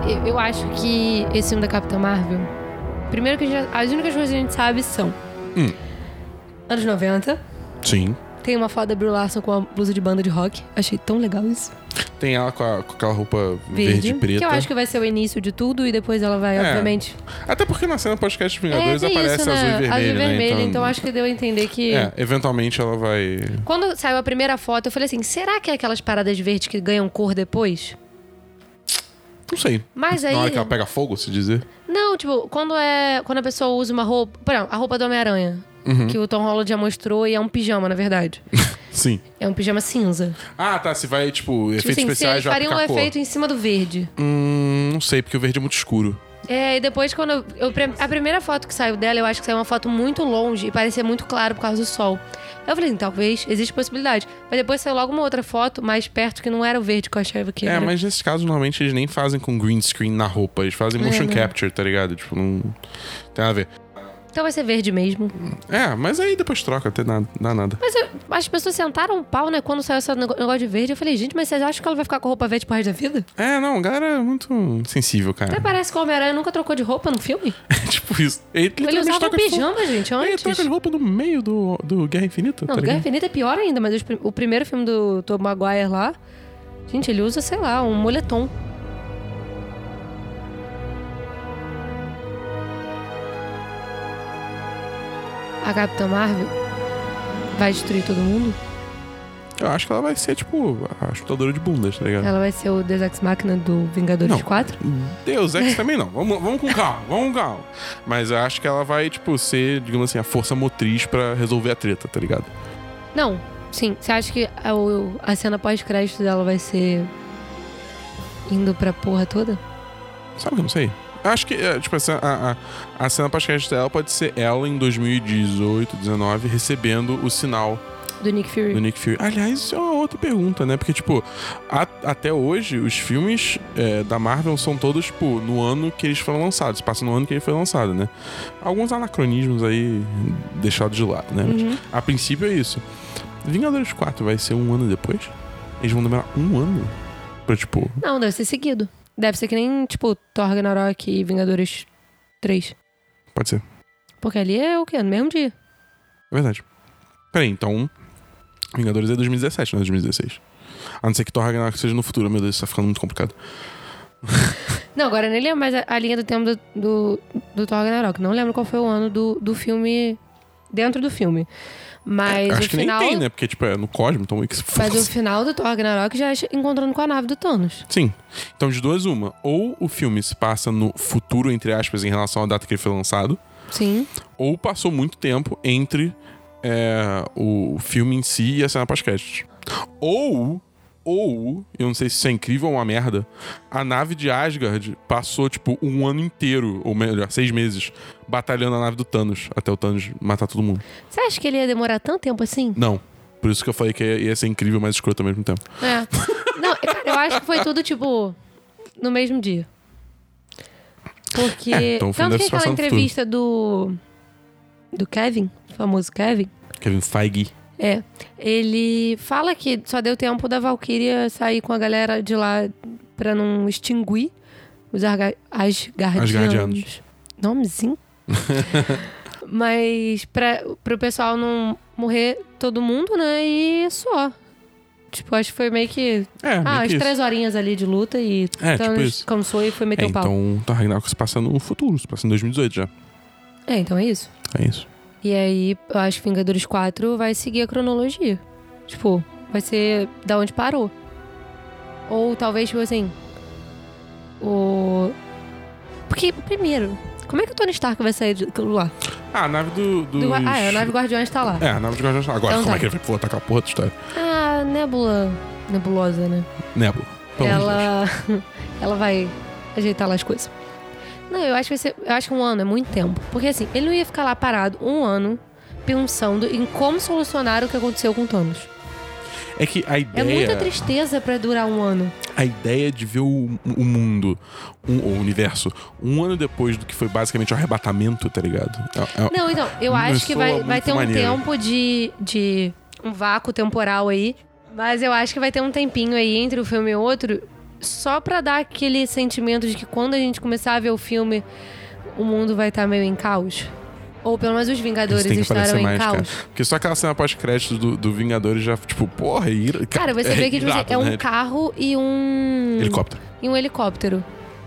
[SPEAKER 3] Eu, eu acho que esse filme da Capitã Marvel. Primeiro que a gente, as únicas coisas que a gente sabe são.
[SPEAKER 2] Hum.
[SPEAKER 3] Anos 90.
[SPEAKER 2] Sim.
[SPEAKER 3] Tem uma foto da Brie Larson com a blusa de banda de rock. Achei tão legal isso.
[SPEAKER 2] Tem ela com, a- com aquela roupa verde,
[SPEAKER 3] Verde.
[SPEAKER 2] e preta.
[SPEAKER 3] Que eu acho que vai ser o início de tudo e depois ela vai,
[SPEAKER 2] É.
[SPEAKER 3] obviamente. É,
[SPEAKER 2] Até porque na cena podcast dos Vingadores
[SPEAKER 3] tem
[SPEAKER 2] aparece azul e vermelho. né?
[SPEAKER 3] vermelha, então... acho que deu a entender que.
[SPEAKER 2] É, eventualmente ela vai.
[SPEAKER 3] Quando saiu a primeira foto, eu falei assim: será que é aquelas paradas verdes que ganham cor depois?
[SPEAKER 2] Não sei.
[SPEAKER 3] Mas aí.
[SPEAKER 2] Na hora que ela pega fogo, se dizer.
[SPEAKER 3] Não, tipo, quando é. Quando a pessoa usa uma roupa. Por exemplo, a roupa do Homem-Aranha.
[SPEAKER 2] Uhum.
[SPEAKER 3] Que o Tom Holland já mostrou e é um pijama, na verdade.
[SPEAKER 2] Sim.
[SPEAKER 3] É um pijama cinza.
[SPEAKER 2] Ah, tá. Se vai, tipo,
[SPEAKER 3] Tipo
[SPEAKER 2] efeitos
[SPEAKER 3] assim,
[SPEAKER 2] especiais
[SPEAKER 3] se
[SPEAKER 2] vai
[SPEAKER 3] faria um
[SPEAKER 2] aplicar cor.
[SPEAKER 3] efeito em cima do verde.
[SPEAKER 2] Hum, não sei, porque o verde é muito escuro.
[SPEAKER 3] É, e depois quando. Eu, eu pre- a primeira foto que saiu dela, eu acho que saiu uma foto muito longe e parecia muito claro por causa do sol. Eu falei assim, talvez, existe possibilidade. Mas depois saiu logo uma outra foto mais perto que não era o verde que eu achava que
[SPEAKER 2] É,
[SPEAKER 3] era.
[SPEAKER 2] mas nesses casos, normalmente eles nem fazem com green screen na roupa. Eles fazem motion
[SPEAKER 3] não.
[SPEAKER 2] capture, tá ligado? Tipo, não tem nada a ver.
[SPEAKER 3] Então vai ser verde mesmo.
[SPEAKER 2] É, mas aí depois troca, até nada, dá nada.
[SPEAKER 3] Mas eu- as pessoas sentaram um pau, né, quando saiu esse nego- negócio de verde. Eu falei, gente, mas vocês acham que ela vai ficar com roupa verde pro resto da vida?
[SPEAKER 2] É, não, a galera é muito sensível, cara.
[SPEAKER 3] Até parece que o Homem-Aranha nunca trocou de roupa no filme.
[SPEAKER 2] É tipo isso. Ele,
[SPEAKER 3] Ele
[SPEAKER 2] literalmente
[SPEAKER 3] usava um
[SPEAKER 2] troca de roupa-
[SPEAKER 3] pijama, gente,
[SPEAKER 2] Ele
[SPEAKER 3] antes.
[SPEAKER 2] troca de roupa no meio do, do Guerra Infinita,
[SPEAKER 3] Não,
[SPEAKER 2] tá
[SPEAKER 3] o Guerra
[SPEAKER 2] ligado?
[SPEAKER 3] Infinita é pior ainda, mas os prim- o primeiro filme do Tom Maguire lá, gente, ele usa, sei lá, um moletom. A Capitã Marvel vai destruir todo mundo?
[SPEAKER 2] Eu acho que ela vai ser, tipo, a chutadora de bundas, tá ligado?
[SPEAKER 3] Ela vai ser o Deus Ex Machina do Vingadores
[SPEAKER 2] Não.
[SPEAKER 3] 4?
[SPEAKER 2] Deus, Ex também não. Vamos, vamos com calma, vamos com calma. Mas eu acho que ela vai, tipo, ser, digamos assim, a força motriz pra resolver a treta, tá ligado?
[SPEAKER 3] Não, sim. Você acha que a, o- a cena pós-crédito dela vai ser indo pra porra toda?
[SPEAKER 2] Sabe que eu não sei? Acho que, é, tipo, a cena, a, a, a cena podcast dela pode ser ela em 2018, 19, recebendo o sinal
[SPEAKER 3] Do Nick Fury?
[SPEAKER 2] do Nick Fury. Aliás, isso é uma outra pergunta, né? Porque, tipo, a- até hoje, os filmes é, da Marvel são todos, tipo, no ano que eles foram lançados. Passa no ano que ele foi lançado, né? Alguns anacronismos aí deixados de lado, né? Mas, a princípio é isso. Vingadores 4 vai ser um ano depois? Eles vão demorar um ano pra, tipo...
[SPEAKER 3] Não, deve ser seguido. Deve ser que nem, tipo, Thor Ragnarok e Vingadores 3.
[SPEAKER 2] Pode ser.
[SPEAKER 3] Porque ali é o quê? No mesmo dia.
[SPEAKER 2] É verdade. Peraí, então. Vingadores é 2017, não é 2016. A não ser que Thor Ragnarok seja no futuro. Meu Deus, isso tá ficando muito complicado.
[SPEAKER 3] Não, agora eu nem lembro mais a, a linha do tempo do, do, do Thor Ragnarok. Não lembro qual foi o ano do, do filme... Dentro do filme. Mas
[SPEAKER 2] Acho
[SPEAKER 3] o
[SPEAKER 2] que
[SPEAKER 3] final.
[SPEAKER 2] nem tem, né? Porque, tipo, é no Cosmo, então meio que se
[SPEAKER 3] Mas o
[SPEAKER 2] foda-se.
[SPEAKER 3] final do Thor Ragnarok já é encontrando com a nave do Thanos.
[SPEAKER 2] Sim. Então, de duas, uma. Ou o filme se passa no futuro, entre aspas, em relação à data que ele foi lançado,
[SPEAKER 3] Sim.
[SPEAKER 2] ou passou muito tempo entre é, o filme em si e a cena pós-crédito. Ou, ou, eu não sei se isso é incrível ou uma merda, a nave de Asgard passou, tipo, um ano inteiro, ou melhor, seis meses, batalhando a nave do Thanos, até o Thanos matar todo mundo.
[SPEAKER 3] Você acha que ele ia demorar tanto tempo assim?
[SPEAKER 2] Não. Por isso que eu falei que ia ia ser incrível, mas escroto ao mesmo tempo.
[SPEAKER 3] É. Não, cara, eu acho que foi tudo, tipo, no mesmo dia. Porque.
[SPEAKER 2] É, então o filme
[SPEAKER 3] tanto
[SPEAKER 2] deve
[SPEAKER 3] que
[SPEAKER 2] se passar
[SPEAKER 3] aquela
[SPEAKER 2] no futuro.
[SPEAKER 3] entrevista do. Do Kevin, o famoso Kevin.
[SPEAKER 2] Kevin Feige.
[SPEAKER 3] É. Ele fala que só deu tempo da Valkyria sair com a galera de lá pra não extinguir os Arga- Asgardianos.
[SPEAKER 2] Asgardianos.
[SPEAKER 3] Nomezinho. Mas pra, pro pessoal não morrer todo mundo, né? E só. Tipo, acho que foi meio que.
[SPEAKER 2] É,
[SPEAKER 3] ah,
[SPEAKER 2] meio
[SPEAKER 3] as
[SPEAKER 2] que isso.
[SPEAKER 3] três horinhas ali de luta e
[SPEAKER 2] É,
[SPEAKER 3] Thanos
[SPEAKER 2] tipo isso.
[SPEAKER 3] cansou e foi meter
[SPEAKER 2] É,
[SPEAKER 3] o pau.
[SPEAKER 2] então, tá Ragnarok se passa no futuro, se passa em 2018 já.
[SPEAKER 3] É, então é isso.
[SPEAKER 2] É isso.
[SPEAKER 3] E aí, eu acho que Vingadores 4 vai seguir a cronologia. Tipo, vai ser da onde parou. Ou talvez, tipo assim. O. Porque, primeiro, como é que o Tony Stark vai sair daquilo lá?
[SPEAKER 2] Ah, a nave do.
[SPEAKER 3] Do-
[SPEAKER 2] dos-
[SPEAKER 3] Ah, é, a nave Guardiões tá lá.
[SPEAKER 2] É, a nave de Guardiões. Agora,
[SPEAKER 3] Então
[SPEAKER 2] como
[SPEAKER 3] tá.
[SPEAKER 2] é que ele vai voltar com a porra da história?
[SPEAKER 3] Ah, Nebula. Nebulosa, né?
[SPEAKER 2] Nebula. Pelo amor de Deus.
[SPEAKER 3] ela. ela vai ajeitar lá as coisas. Não, eu acho que vai ser- Eu acho que um ano é muito tempo. Porque assim, ele não ia ficar lá parado um ano pensando em como solucionar o que aconteceu com o Thanos.
[SPEAKER 2] É que a
[SPEAKER 3] É
[SPEAKER 2] ideia.
[SPEAKER 3] muita tristeza pra durar um ano.
[SPEAKER 2] a ideia de ver o, o mundo, um, ou o universo, um ano depois do que foi basicamente o arrebatamento, tá ligado? É- é-
[SPEAKER 3] Não, então, eu
[SPEAKER 2] Não
[SPEAKER 3] acho que vai,
[SPEAKER 2] soa
[SPEAKER 3] vai
[SPEAKER 2] muito
[SPEAKER 3] ter um
[SPEAKER 2] maneiro.
[SPEAKER 3] tempo de, de. um vácuo temporal aí. Mas eu acho que vai ter um tempinho aí entre o filme e outro. Só pra dar aquele sentimento de que quando a gente começar a ver o filme, o mundo vai estar meio em caos. Ou pelo menos os Vingadores
[SPEAKER 2] Isso tem que
[SPEAKER 3] estarão
[SPEAKER 2] aparecer
[SPEAKER 3] em
[SPEAKER 2] mais, cara.
[SPEAKER 3] caos.
[SPEAKER 2] Porque só aquela cena pós-crédito do, do Vingadores já, tipo, porra, é ira.
[SPEAKER 3] Cara, você vê que tipo,
[SPEAKER 2] irado,
[SPEAKER 3] é um
[SPEAKER 2] né?
[SPEAKER 3] carro e um.
[SPEAKER 2] Helicóptero.
[SPEAKER 3] E um helicóptero.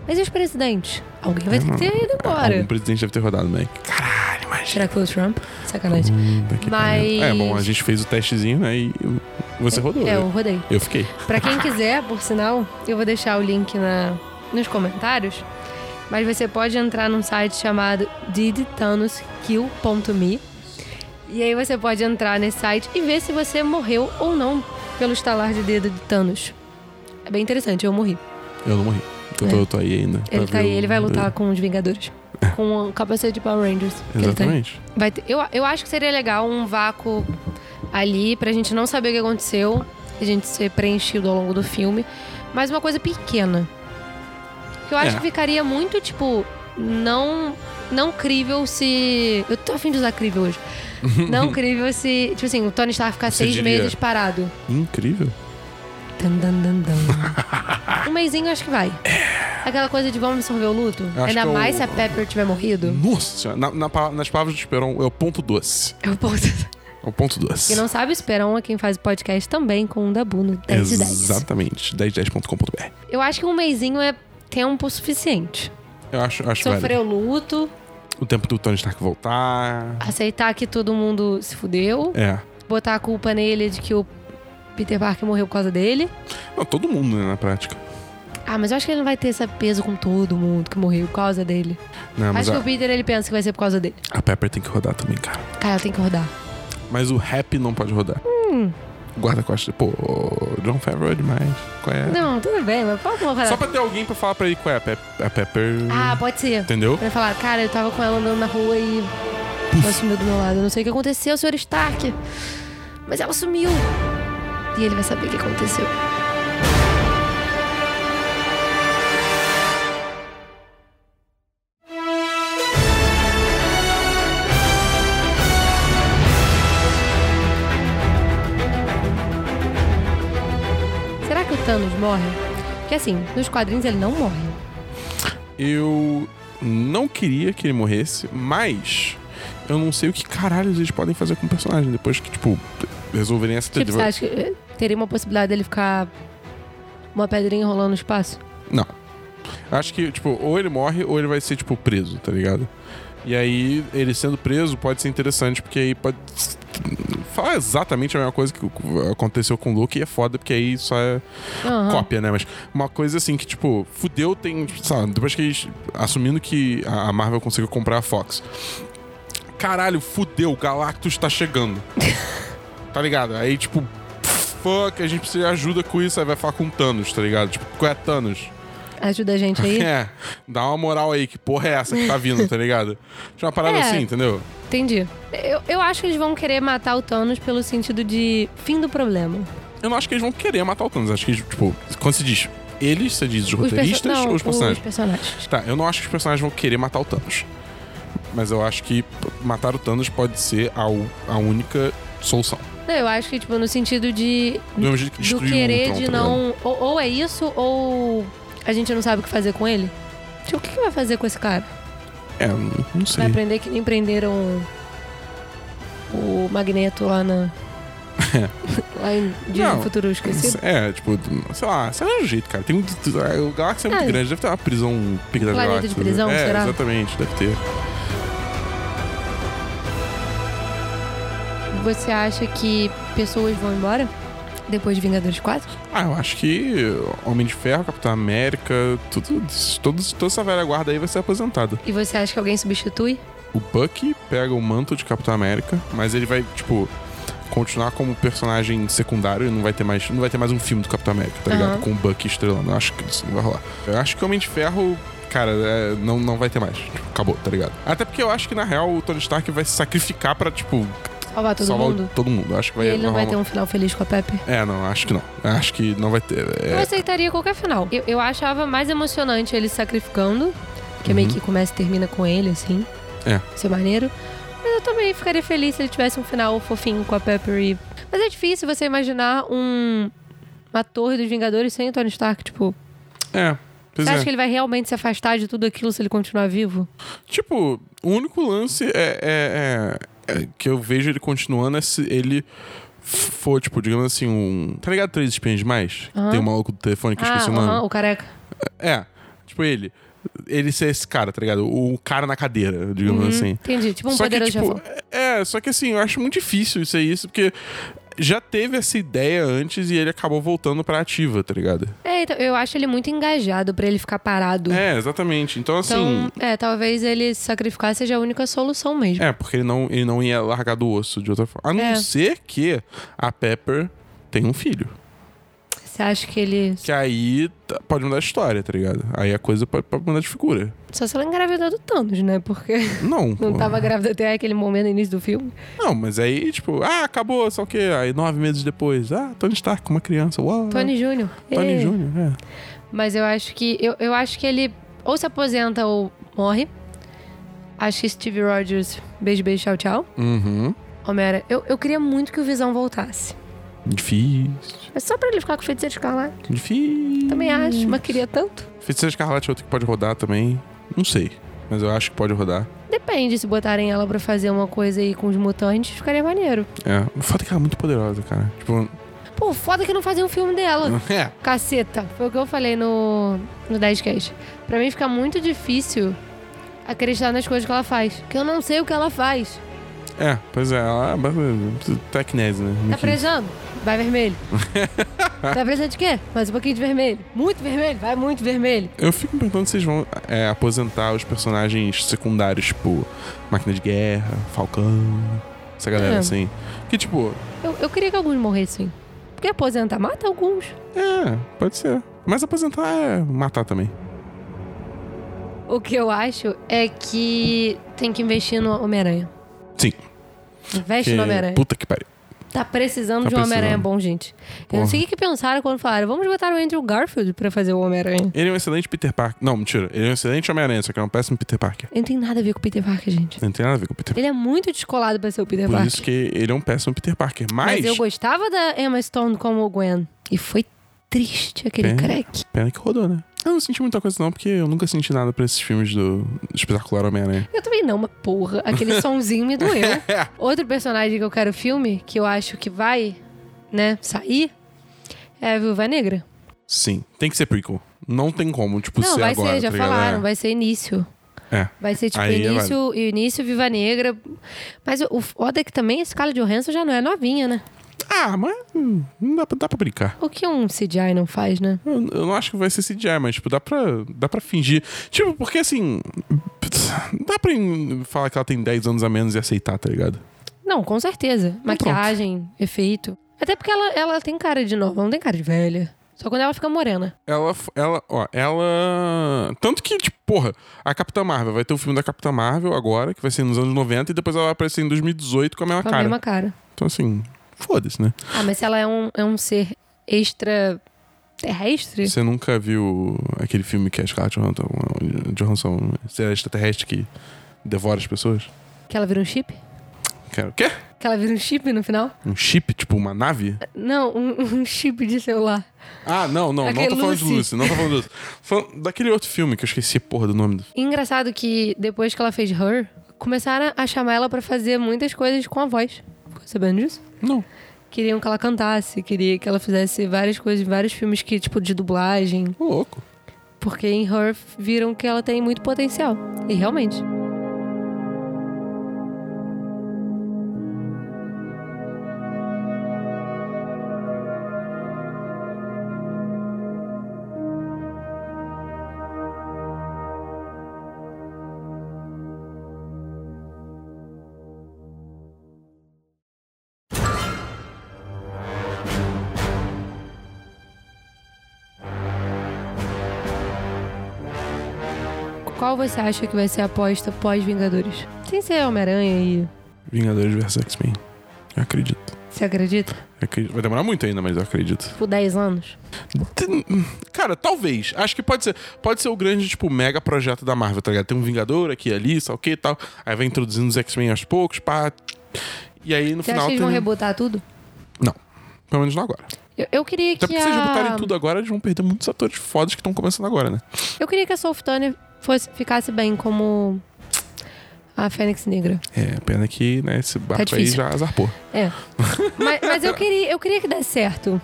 [SPEAKER 3] Mas e os presidentes? Alguém vai ter que ter ido
[SPEAKER 2] É, Algum
[SPEAKER 3] embora.
[SPEAKER 2] presidente deve ter rodado, né? Caralho, imagina.
[SPEAKER 3] Será que foi o Trump? Sacanagem.
[SPEAKER 2] Puta que
[SPEAKER 3] Mas-
[SPEAKER 2] pariu. É, bom, a gente fez o testezinho, né? E você rodou.
[SPEAKER 3] É,
[SPEAKER 2] né?
[SPEAKER 3] eu rodei.
[SPEAKER 2] Eu fiquei.
[SPEAKER 3] Pra quem quiser, por sinal, eu vou deixar o link na, nos comentários. Mas você pode entrar num site chamado didthanoskill.me e aí você pode entrar nesse site e ver se você morreu ou não pelo estalar de dedo de Thanos. É bem interessante, eu morri.
[SPEAKER 2] Eu não morri. Eu tô,
[SPEAKER 3] É.
[SPEAKER 2] eu tô aí ainda. pra
[SPEAKER 3] Ele tá
[SPEAKER 2] ver
[SPEAKER 3] aí,
[SPEAKER 2] o- É.
[SPEAKER 3] ele vai lutar com os Vingadores. Com o capacete de Power Rangers. que ele tá tem.
[SPEAKER 2] Exatamente.
[SPEAKER 3] Vai ter- eu, eu acho que seria legal um vácuo ali pra gente não saber o que aconteceu, a gente ser preenchido ao longo do filme, mas uma coisa pequena. Que eu acho
[SPEAKER 2] É.
[SPEAKER 3] que ficaria muito, tipo, não não crível se. Eu tô afim de usar crível hoje. Não crível se. Tipo assim, o Tony Stark ficar
[SPEAKER 2] Você
[SPEAKER 3] seis
[SPEAKER 2] diria-
[SPEAKER 3] meses parado.
[SPEAKER 2] Incrível.
[SPEAKER 3] Dan, dan, dan, dan. um mêsinho acho que vai. Aquela coisa de vamos absorver o luto.
[SPEAKER 2] É. Acho
[SPEAKER 3] Ainda
[SPEAKER 2] que Uhum. é o-
[SPEAKER 3] mais se a Pepper tiver morrido.
[SPEAKER 2] Nossa senhora. Na- na pa- nas palavras do Esperon, é o ponto doce.
[SPEAKER 3] Eu posso.
[SPEAKER 2] É o ponto doce.
[SPEAKER 3] Quem não sabe, Esperão é quem faz o podcast também com o Dabu no 10 de 10.
[SPEAKER 2] Exatamente. 1010.com.br.
[SPEAKER 3] Eu acho que um mêsinho é tempo suficiente.
[SPEAKER 2] Eu acho, acho
[SPEAKER 3] Sofrer
[SPEAKER 2] válido.
[SPEAKER 3] o luto,
[SPEAKER 2] O tempo do Tony Stark voltar.
[SPEAKER 3] aceitar que todo mundo se fudeu,
[SPEAKER 2] É.
[SPEAKER 3] botar a culpa nele de que o Peter Parker morreu por causa dele.
[SPEAKER 2] Não, todo mundo, né, na prática.
[SPEAKER 3] Ah, mas eu acho que ele não vai ter esse peso com todo mundo que morreu por causa dele.
[SPEAKER 2] Não, Né, Ah, mas
[SPEAKER 3] acho que
[SPEAKER 2] a,
[SPEAKER 3] o Peter ele pensa que vai ser por causa dele.
[SPEAKER 2] a Pepper tem que rodar também, cara.
[SPEAKER 3] Cara, ela tem que rodar.
[SPEAKER 2] Mas o rap não pode rodar.
[SPEAKER 3] Hum.
[SPEAKER 2] Guarda-costas. Pô, o John Favreau é demais. Qual é?
[SPEAKER 3] Não, tudo bem, mas por favor,
[SPEAKER 2] Só
[SPEAKER 3] rodar.
[SPEAKER 2] pra ter alguém pra falar pra ele qual é a, Pep- a Pepper.
[SPEAKER 3] Ah, pode ser.
[SPEAKER 2] Entendeu?
[SPEAKER 3] Pra falar, cara, eu tava com ela andando na rua e ela sumiu do meu lado. Eu não sei o que aconteceu, senhor Stark. Mas ela sumiu. E ele vai saber o que aconteceu. Será que o Thanos morre? Porque assim, nos quadrinhos ele não morre.
[SPEAKER 2] Eu não queria que ele morresse, mas eu não sei o que caralho eles podem fazer com o personagem depois que, tipo, resolverem essa
[SPEAKER 3] Tipo, você
[SPEAKER 2] tentativa-
[SPEAKER 3] acha que eh, teria uma possibilidade dele ficar uma pedrinha rolando no espaço?
[SPEAKER 2] Acho que, tipo, ou ele morre ou ele vai ser, tipo, preso, tá ligado? E aí, ele sendo preso pode ser interessante, porque aí pode falar exatamente a mesma coisa que aconteceu com o Luke e é foda, porque aí só é
[SPEAKER 3] Aham.
[SPEAKER 2] cópia, né? Mas uma coisa assim que, tipo, fudeu tem. Sabe, depois que eles. Assumindo que a a Marvel conseguiu comprar a Fox. Caralho, fudeu, Galactus tá chegando. tá ligado? Aí, tipo, fuck, a gente precisa de ajuda com isso. Aí vai falar com o Thanos, tá ligado? Tipo, qual é Thanos?
[SPEAKER 3] Ajuda a gente aí.
[SPEAKER 2] É, dá uma moral aí, que porra é essa que tá vindo, tá ligado? Tinha uma parada
[SPEAKER 3] É.
[SPEAKER 2] assim, entendeu?
[SPEAKER 3] Entendi. Eu, eu acho que eles vão querer matar o Thanos pelo sentido de fim do problema.
[SPEAKER 2] Eu não acho que eles vão querer matar o Thanos. Acho que, eles, tipo, quando se diz eles, você diz os
[SPEAKER 3] Os perso-
[SPEAKER 2] roteiristas
[SPEAKER 3] não,
[SPEAKER 2] ou os personagens?
[SPEAKER 3] Os personagens.
[SPEAKER 2] Tá, eu não acho que os personagens vão querer matar o Thanos. Mas eu acho que p- matar o Thanos pode ser a, u- a única solução.
[SPEAKER 3] Não, eu acho que, tipo, no sentido de.
[SPEAKER 2] Do mesmo jeito que
[SPEAKER 3] do
[SPEAKER 2] destruir
[SPEAKER 3] querer
[SPEAKER 2] o Ultron,
[SPEAKER 3] de
[SPEAKER 2] tá ligado?
[SPEAKER 3] não. Ou, ou é isso, ou a gente não sabe o que fazer com ele. Tipo, o que, que vai fazer com esse cara?
[SPEAKER 2] É, n- não sei.
[SPEAKER 3] Vai aprender que nem prenderam o Magneto lá na. lá em Dia
[SPEAKER 2] Não.
[SPEAKER 3] do Futuro Esquecido.
[SPEAKER 2] É, tipo, sei lá, sei lá de um jeito, cara. Tem muito, o Galáxia é muito
[SPEAKER 3] É.
[SPEAKER 2] grande, deve ter uma prisão um pica das
[SPEAKER 3] Planeta de
[SPEAKER 2] galáxias.
[SPEAKER 3] prisão,
[SPEAKER 2] é,
[SPEAKER 3] será?
[SPEAKER 2] exatamente, deve ter.
[SPEAKER 3] Você acha que pessoas vão embora depois de Vingadores 4?
[SPEAKER 2] Ah, eu acho que Homem de Ferro, Capitão América, tudo, todos, toda essa velha guarda aí vai ser aposentada.
[SPEAKER 3] E você acha que alguém substitui?
[SPEAKER 2] O Bucky pega o manto de Capitão América, mas ele vai, tipo, continuar como personagem secundário e não vai ter mais, não vai ter mais um filme do Capitão América, tá ligado?
[SPEAKER 3] Aham.
[SPEAKER 2] Com o Bucky estrelando. Eu acho que isso não vai rolar. Eu acho que o Homem de Ferro, cara, é, não, não vai ter mais. Tipo, acabou, tá ligado? Até porque eu acho que, na real, o Tony Stark vai se sacrificar pra, tipo,
[SPEAKER 3] Salvar todo
[SPEAKER 2] salvar o-
[SPEAKER 3] mundo?
[SPEAKER 2] todo mundo. Eu acho que vai,
[SPEAKER 3] e ele não vai
[SPEAKER 2] vai
[SPEAKER 3] ter
[SPEAKER 2] rolar
[SPEAKER 3] um final feliz com a Pepe?
[SPEAKER 2] uma- É, não, acho que não. Eu Acho que não vai ter. É,
[SPEAKER 3] Eu aceitaria qualquer final. Eu, eu achava mais emocionante ele se sacrificando, que é meio que começa e termina com ele, assim.
[SPEAKER 2] Uhum. É.
[SPEAKER 3] Ser maneiro. Mas eu também ficaria feliz se ele tivesse um final fofinho com a Pepper e... Mas é difícil você imaginar um... Uma torre dos Vingadores sem o Tony Stark, tipo...
[SPEAKER 2] é. Pois
[SPEAKER 3] Você acha
[SPEAKER 2] é.
[SPEAKER 3] que ele vai realmente se afastar de tudo aquilo se ele continuar vivo?
[SPEAKER 2] Tipo, o único lance é, é- é- é que eu vejo ele continuando é se ele for, tipo, digamos assim, um. Tá ligado? Três espiões demais?
[SPEAKER 3] Aham.
[SPEAKER 2] Tem um maluco do telefone que eu
[SPEAKER 3] ah,
[SPEAKER 2] esqueci o nome.
[SPEAKER 3] aham, o careca.
[SPEAKER 2] É. Tipo, ele. Ele ser esse cara, tá ligado? O cara na cadeira, digamos assim.
[SPEAKER 3] Entendi, tipo um
[SPEAKER 2] só que,
[SPEAKER 3] poderoso
[SPEAKER 2] tipo,
[SPEAKER 3] chefão.
[SPEAKER 2] é, só que assim, eu acho muito difícil isso aí, isso, porque já teve essa ideia antes e ele acabou voltando pra ativa, tá ligado?
[SPEAKER 3] É, então, eu acho ele muito engajado pra ele ficar parado.
[SPEAKER 2] É, exatamente. Então, assim.
[SPEAKER 3] então, é, talvez ele se sacrificar seja a única solução mesmo.
[SPEAKER 2] É, porque ele não, ele não ia largar do osso de outra forma. A não
[SPEAKER 3] É.
[SPEAKER 2] ser que a Pepper tem um filho.
[SPEAKER 3] Você acha que ele.
[SPEAKER 2] Que aí tá- pode mudar a história, tá ligado? Aí a coisa pode, pode mudar de figura.
[SPEAKER 3] Só se ela engravidou do Thanos, né? Porque
[SPEAKER 2] Não,
[SPEAKER 3] não
[SPEAKER 2] pô.
[SPEAKER 3] tava grávida até aquele momento, no início do filme.
[SPEAKER 2] Não, mas aí, tipo, ah, acabou, só o quê? Aí nove meses depois, ah, Tony Stark com uma criança, uau.
[SPEAKER 3] Tony Júnior.
[SPEAKER 2] Tony
[SPEAKER 3] Ê.
[SPEAKER 2] Júnior, é.
[SPEAKER 3] Mas eu acho que. Eu, eu acho que ele ou se aposenta ou morre. Acho que Steve Rogers, beijo, beijo, tchau, tchau.
[SPEAKER 2] Uhum.
[SPEAKER 3] Homera, eu, eu queria muito que o Visão voltasse.
[SPEAKER 2] Difícil,
[SPEAKER 3] Mas só pra ele ficar com o feiticeiro escarlate.
[SPEAKER 2] difícil.
[SPEAKER 3] Também acho, mas queria tanto.
[SPEAKER 2] Feiticeira Escarlate é outro que pode rodar também. Não sei, mas eu acho que pode rodar.
[SPEAKER 3] Depende, se botarem ela pra fazer uma coisa aí com os mutantes, ficaria maneiro.
[SPEAKER 2] É, o fato é que ela é muito poderosa, cara. Tipo,
[SPEAKER 3] Pô, foda que não fazia um filme dela.
[SPEAKER 2] é,
[SPEAKER 3] Caceta, foi o que eu falei no, no 10cast. Pra mim fica muito difícil acreditar nas coisas que ela faz. Porque eu não sei o que ela faz.
[SPEAKER 2] É, pois é, ela é tecnese, né?
[SPEAKER 3] Tá
[SPEAKER 2] Muito-
[SPEAKER 3] precisando? Vai vermelho. tá precisando de quê? Mais um pouquinho de vermelho. Muito vermelho, vai muito vermelho.
[SPEAKER 2] Eu fico me perguntando se vocês vão é, aposentar os personagens secundários, tipo Máquina de Guerra, Falcão, essa galera
[SPEAKER 3] É.
[SPEAKER 2] assim. Que tipo,
[SPEAKER 3] Eu, eu queria que alguns morressem. Porque aposentar mata alguns.
[SPEAKER 2] é, pode ser. Mas aposentar é matar também.
[SPEAKER 3] O que eu acho é que tem que investir no Homem-Aranha.
[SPEAKER 2] Sim.
[SPEAKER 3] Investe
[SPEAKER 2] Que-
[SPEAKER 3] no Homem-Aranha.
[SPEAKER 2] puta que pariu.
[SPEAKER 3] Tá precisando
[SPEAKER 2] Tá
[SPEAKER 3] de um Homem-Aranha
[SPEAKER 2] precisando.
[SPEAKER 3] bom, gente. Eu
[SPEAKER 2] Porra.
[SPEAKER 3] não sei o que que pensaram quando falaram, vamos botar o Andrew Garfield pra fazer o Homem-Aranha.
[SPEAKER 2] Ele é um excelente Peter Parker. Não, mentira. Ele é um excelente Homem-Aranha, só que ele é um péssimo Peter Parker.
[SPEAKER 3] Ele não tem nada a ver com o Peter Parker, gente.
[SPEAKER 2] Não tem nada a ver com o Peter Parker.
[SPEAKER 3] Ele é muito descolado pra ser o Peter
[SPEAKER 2] Por
[SPEAKER 3] Parker.
[SPEAKER 2] isso que ele é um péssimo Peter Parker.
[SPEAKER 3] Mas
[SPEAKER 2] Mas,
[SPEAKER 3] eu gostava da Emma Stone como Gwen. E foi triste aquele
[SPEAKER 2] É.
[SPEAKER 3] crack.
[SPEAKER 2] pena que rodou, né? Eu não senti muita coisa não, porque eu nunca senti nada pra esses filmes do Espetacular Homem-Aranha.
[SPEAKER 3] Eu também não, mas porra, aquele sonzinho me doeu. Outro personagem que eu quero filme, que eu acho que vai, né, sair, é a Viúva Negra.
[SPEAKER 2] Sim, tem que ser prequel. Não tem como, tipo,
[SPEAKER 3] não,
[SPEAKER 2] ser
[SPEAKER 3] vai
[SPEAKER 2] agora.
[SPEAKER 3] ser, já
[SPEAKER 2] tá ligado?
[SPEAKER 3] falaram,
[SPEAKER 2] É.
[SPEAKER 3] vai ser início.
[SPEAKER 2] É.
[SPEAKER 3] Vai ser tipo
[SPEAKER 2] Aí é
[SPEAKER 3] início, início Viva Negra. Mas o o foda é que também a escala de Johansson já não é novinha, né?
[SPEAKER 2] Ah, mas hum, não dá, pra- dá pra brincar.
[SPEAKER 3] O que um CGI não faz, né?
[SPEAKER 2] Eu, eu não acho que vai ser CGI, mas, tipo, dá pra, dá pra fingir. Tipo, porque assim. putz, Dá pra em- falar que ela tem 10 anos a menos e aceitar, tá ligado?
[SPEAKER 3] Não, com certeza. Maquiagem, efeito. Até porque ela, ela tem cara de nova, não tem cara de velha. Só quando ela fica morena.
[SPEAKER 2] Ela, f- ela, ó, ela. Tanto que, tipo, porra, a Capitã Marvel vai ter o filme da Capitã Marvel agora, que vai ser nos anos 90, e depois ela vai aparecer em 2018 com a mesma
[SPEAKER 3] Com a
[SPEAKER 2] cara.
[SPEAKER 3] mesma cara.
[SPEAKER 2] Então, assim, foda-se, né?
[SPEAKER 3] Ah, mas se ela é um, é um ser extra terrestre?
[SPEAKER 2] Você nunca viu aquele filme que a Scarlett Johansson, Johansson ser extraterrestre que devora as pessoas?
[SPEAKER 3] Que ela vira um chip?
[SPEAKER 2] Cara, o quê?
[SPEAKER 3] Que ela vira um chip no final?
[SPEAKER 2] Um chip, tipo uma nave?
[SPEAKER 3] Não, um, um chip de celular.
[SPEAKER 2] Ah, não, não, não
[SPEAKER 3] Aquele
[SPEAKER 2] tô falando de
[SPEAKER 3] Lucy.
[SPEAKER 2] Lucy, não tô falando de Lucy. Falando daquele outro filme que eu esqueci, porra, do nome.
[SPEAKER 3] E engraçado que depois que ela fez Her, começaram a chamar ela pra fazer muitas coisas com a voz. Ficou sabendo disso?
[SPEAKER 2] Não.
[SPEAKER 3] Queriam que ela cantasse, queria que ela fizesse várias coisas, vários filmes que, tipo, de dublagem.
[SPEAKER 2] Ô, louco.
[SPEAKER 3] Porque em Her viram que ela tem muito potencial. E realmente. Qual você acha que vai ser a aposta pós-Vingadores? Sem ser Homem-Aranha e.
[SPEAKER 2] Vingadores vs X-Men. Eu acredito.
[SPEAKER 3] Você acredita?
[SPEAKER 2] Eu acredito. Vai demorar muito ainda, mas eu acredito.
[SPEAKER 3] Tipo, 10 anos?
[SPEAKER 2] Tem- Cara, talvez. Acho que pode ser. Pode ser o grande, tipo, mega projeto da Marvel, tá ligado? Tem um Vingador aqui e ali, sabe o que e tal. Aí vai introduzindo os X-Men aos poucos, pá. E aí no
[SPEAKER 3] Você
[SPEAKER 2] final.
[SPEAKER 3] acha que eles vão
[SPEAKER 2] tem-
[SPEAKER 3] rebotar tudo?
[SPEAKER 2] Não. Pelo menos não agora.
[SPEAKER 3] Eu, eu queria
[SPEAKER 2] Até
[SPEAKER 3] que
[SPEAKER 2] porque se eles botarem
[SPEAKER 3] a...
[SPEAKER 2] tudo agora, eles vão perder muitos atores fodas que estão começando agora, né?
[SPEAKER 3] Eu queria que a Soul Turner fosse ficasse bem como a Fênix Negra.
[SPEAKER 2] É, pena que, né, esse barco aí
[SPEAKER 3] Tá difícil.
[SPEAKER 2] já azarpou.
[SPEAKER 3] É. mas mas eu, queria, eu queria que desse certo.